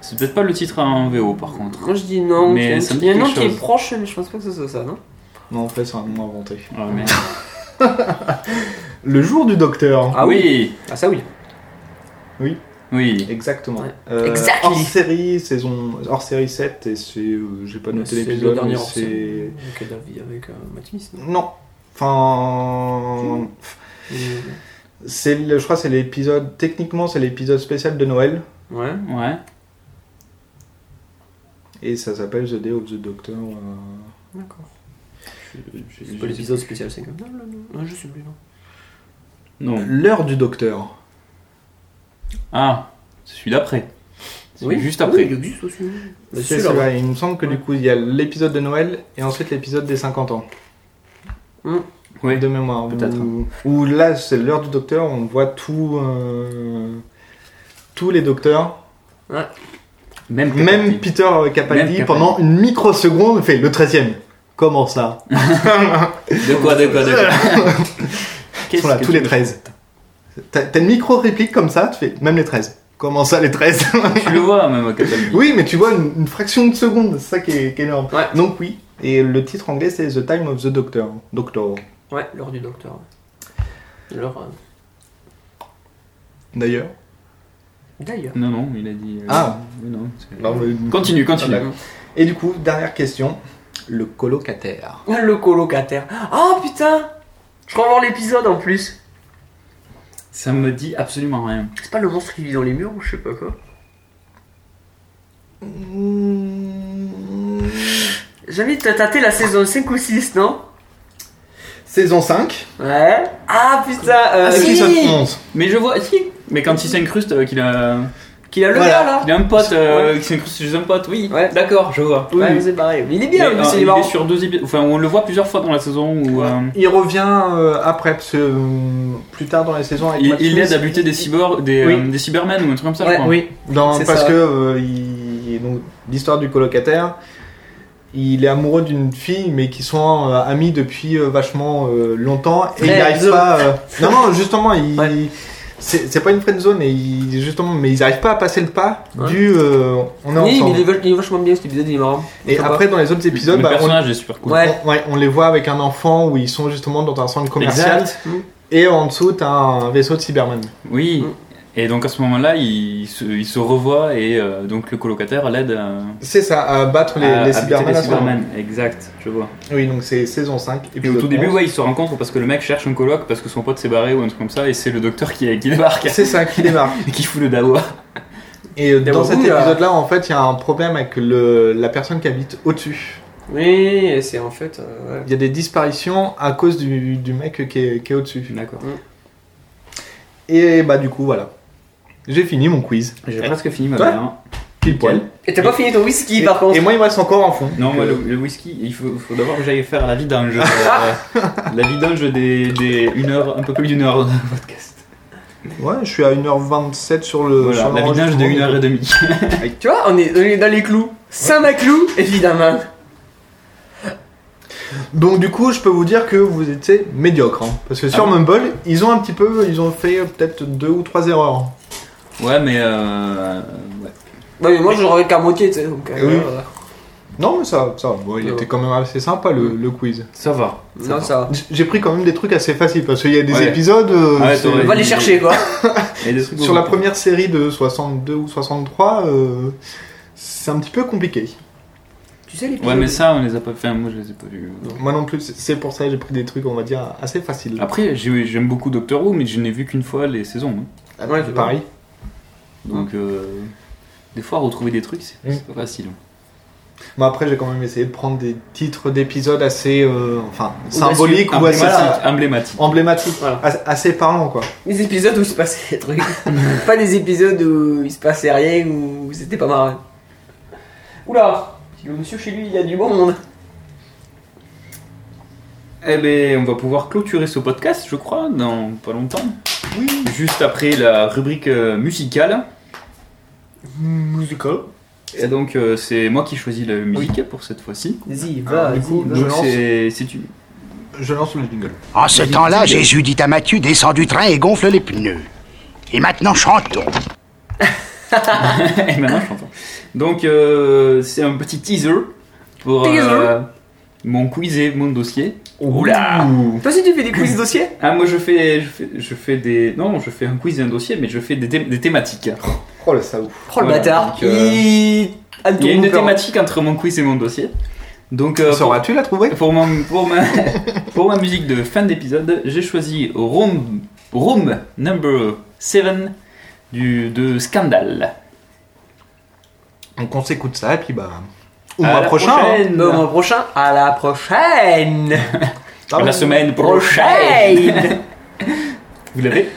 C'est peut-être pas le titre en VO par contre. Moi je dis non. Mais ok. ça me il y a dit un nom quelque qui est chose. proche, mais je pense pas que ce soit ça, non Non, en fait, c'est un nom inventé. Ah, merde. Le jour du docteur. Ah oui. Ah ça oui. Oui. Oui. Exactement. Euh, Exactly. Hors série, saison, hors série 7, et c'est, euh, j'ai pas noté C'est le l'épisode, dernier mais hors c'est, série. Ok, David, avec euh, Matt Smith, non non. Enfin, Mm. c'est, le- je crois, que c'est l'épisode. Techniquement, c'est l'épisode spécial de Noël, Ouais. Ouais. et ça s'appelle The Day of the Doctor. euh, D'accord. je- C'est pas l'épisode spécial 50 là, non Ah, je sais plus, non. Non. L'heure du Docteur. Ah, c'est celui d'après. C'est Oui. juste après. Oui, il existe aussi. C'est celui-là. Il me semble que du coup, il y a l'épisode de Noël et ensuite l'épisode des 50 ans. Oui. Hum. De mémoire, Peut-être. Où, où là, c'est l'heure du docteur, on voit tout, euh, tous les docteurs. Même, Peter Capaldi, Même Capaldi. pendant une microseconde, fait le 13 e Comment ça De quoi, de quoi, de quoi Ils sont là, tous les 13. T'as t'as une micro-réplique comme ça, tu fais même les 13. Comment ça, les 13 Tu le vois même à Catalunya. Oui, mais tu vois une, une fraction de seconde, c'est ça qui est, qui est énorme. Donc oui, et le titre anglais c'est The Time of the Doctor. hein. Doctor. Ouais, l'heure du docteur. ouais. L'heure. euh, D'ailleurs. D'ailleurs. Non, non, il a dit. euh, Ah. oui, non, c'est- Non, mais- Continue, continue. Ah, d'accord. Et du coup, dernière question, le colocataire. Le colocataire. Ah putain Je crois voir l'épisode en plus. Ça me dit absolument rien. C'est pas le monstre qui vit dans les murs ou je sais pas quoi J'avais tâté la saison 5 ou 6, non Saison 5 Ouais. Ah putain euh, si si. Mais je vois, si Mais quand il s'incruste, euh, qu'il a. Qu'il a le Voilà. gars là Qu'il a un pote, euh, qui s'incruste chez un pote, oui. D'accord, je vois. Ouais, Oui. mais c'est pareil. Mais il est bien, Mais, mais euh, c'est il marrant. est sur deux épisodes. Enfin, on le voit plusieurs fois dans la saison où. euh, Il revient euh, après, parce que euh, plus tard dans les saisons avec Il, Matt il Smith, aide à buter des, cyborgs, des, Oui. euh, des cybermen ou un truc comme ça, je Ouais, crois. oui, Dans- C'est parce ça. que euh, il- donc, l'histoire du colocataire, il est amoureux d'une fille, mais qui sont euh, amis depuis euh, vachement euh, longtemps et il Friend n'arrive zone. pas. euh, non, non, justement, il. C'est c'est pas une friend zone, et il- justement, mais ils n'arrivent pas à passer le pas Ouais. du euh, on est Oui, mais ensemble. il est, vach- il est vachement bien cet épisode, il est marrant. Et Sympa. après, dans les autres épisodes, Le bah, personnage on, est super cool. on- ouais, on les voit avec un enfant où ils sont justement dans un centre commercial. Exact. Hmm. Et en dessous, t'as un vaisseau de Cyberman. Oui. Et donc à ce moment-là, il se, il se revoit et euh, donc le colocataire l'aide à, C'est ça, à battre les, à- les à buter Cybermen. les à ce moment-là. Cybermen. Exact, je vois. Oui, donc c'est saison 5. Et au épisode tout début, 11. ouais, ils se rencontrent parce que le mec cherche un coloc parce que son pote s'est barré ou un truc comme ça et c'est le docteur qui, qui débarque. C'est ça, qui démarre. et qui fout le dawa. Et euh, dans Ouh cet là. épisode-là, en fait, il y a un problème avec le, la personne qui habite au-dessus. Oui, et c'est en fait. euh, ouais. Il y a des disparitions à cause du, du mec qui est, qui est au-dessus. D'accord. Et bah, du coup, voilà. J'ai fini mon quiz. J'ai presque fini ma hein. Toi bière. Pile poil. Et t'as pas fini ton whisky par contre Et moi, il me reste encore en fond. Non, moi, Euh, le, le whisky, il faut, faut d'abord que j'aille faire la vidange. euh, la vidange des, des une heure, un peu plus d'une heure de podcast. Euh, Ouais, je suis à 1h27 sur le. Voilà, sur la vidange de l'enregistrement. une heure et demie. Tu vois, on est, on est dans les clous. Saint-Maclou, évidemment. Donc, du coup, je peux vous dire que vous étiez médiocre. hein. Parce que sur Ah bon Mumble, ils ont un petit peu. Ils ont fait euh, peut-être deux ou trois erreurs. Ouais, mais euh, ouais. Ouais, mais moi j'aurais qu'à moitié, tu sais. Donc, euh, Oui. voilà. Non, mais ça, ça va. Bon, il Ouais. était quand même assez sympa le, le quiz. ça va. non, ça va. J- J'ai pris quand même des trucs assez faciles parce qu'il y a des Ouais. épisodes. euh, Ah ouais, c'est- t'aurais- On va les chercher quoi. Et des trucs sur la première série de 62 ou 63, euh, c'est un petit peu compliqué. tu sais, les Ouais, mais ça, on les a pas fait. Moi, je les ai pas vus. Moi non plus, c'est- c'est pour ça que j'ai pris des trucs, on va dire, assez faciles. Après, j'ai- j'aime beaucoup Doctor Who, mais je n'ai vu qu'une fois les saisons. hein. Ouais, c'est Pareil. Donc, euh, des fois, retrouver des trucs, c'est c'est pas facile. hein. Mais après, j'ai quand même essayé de prendre des titres d'épisodes assez, euh, enfin, Audacieux, symboliques ou assez emblématique. voilà, emblématique. emblématiques, Voilà. as- assez parlants quoi. Des épisodes où il se passait des trucs. pas des épisodes où il se passait rien ou c'était pas marrant. Oula Le monsieur chez lui, il y a du bon monde. Eh ben, on va pouvoir clôturer ce podcast, je crois, dans pas longtemps. Oui. Juste après la rubrique euh, musicale. Musical. Et donc, euh, c'est moi qui choisis la musique pour cette fois-ci. Vas-y, va, Ah, du vas-y, coup, va. je Donc, lance. c'est c'est tu. Je lance le jingle. En ce temps-là, Jésus dit à Matthieu Descends du train et gonfle les pneus. Et maintenant, chantons. Et maintenant, je t'entends. Donc, euh, c'est un petit teaser pour euh, Teaser. mon quiz et mon dossier. Oula. Toi aussi, tu fais des quiz dossiers Ah, moi, je fais, je, fais, je fais des. Non, je fais un quiz et un dossier, mais je fais des, thém- des thématiques. Oh le saouf. Oh le bâtard. donc, euh, Il... Il y a une Antoine thématique entre mon quiz et mon dossier. Donc, euh, Sauras-tu la trouver pour, mon- pour, ma, pour ma musique de fin d'épisode, j'ai choisi Room, Room Number 7 du, de Scandal. Donc on s'écoute ça et puis bah. Au mois prochain. hein. Au mois prochain. À la prochaine. Ah À la semaine prochaine. Vous l'avez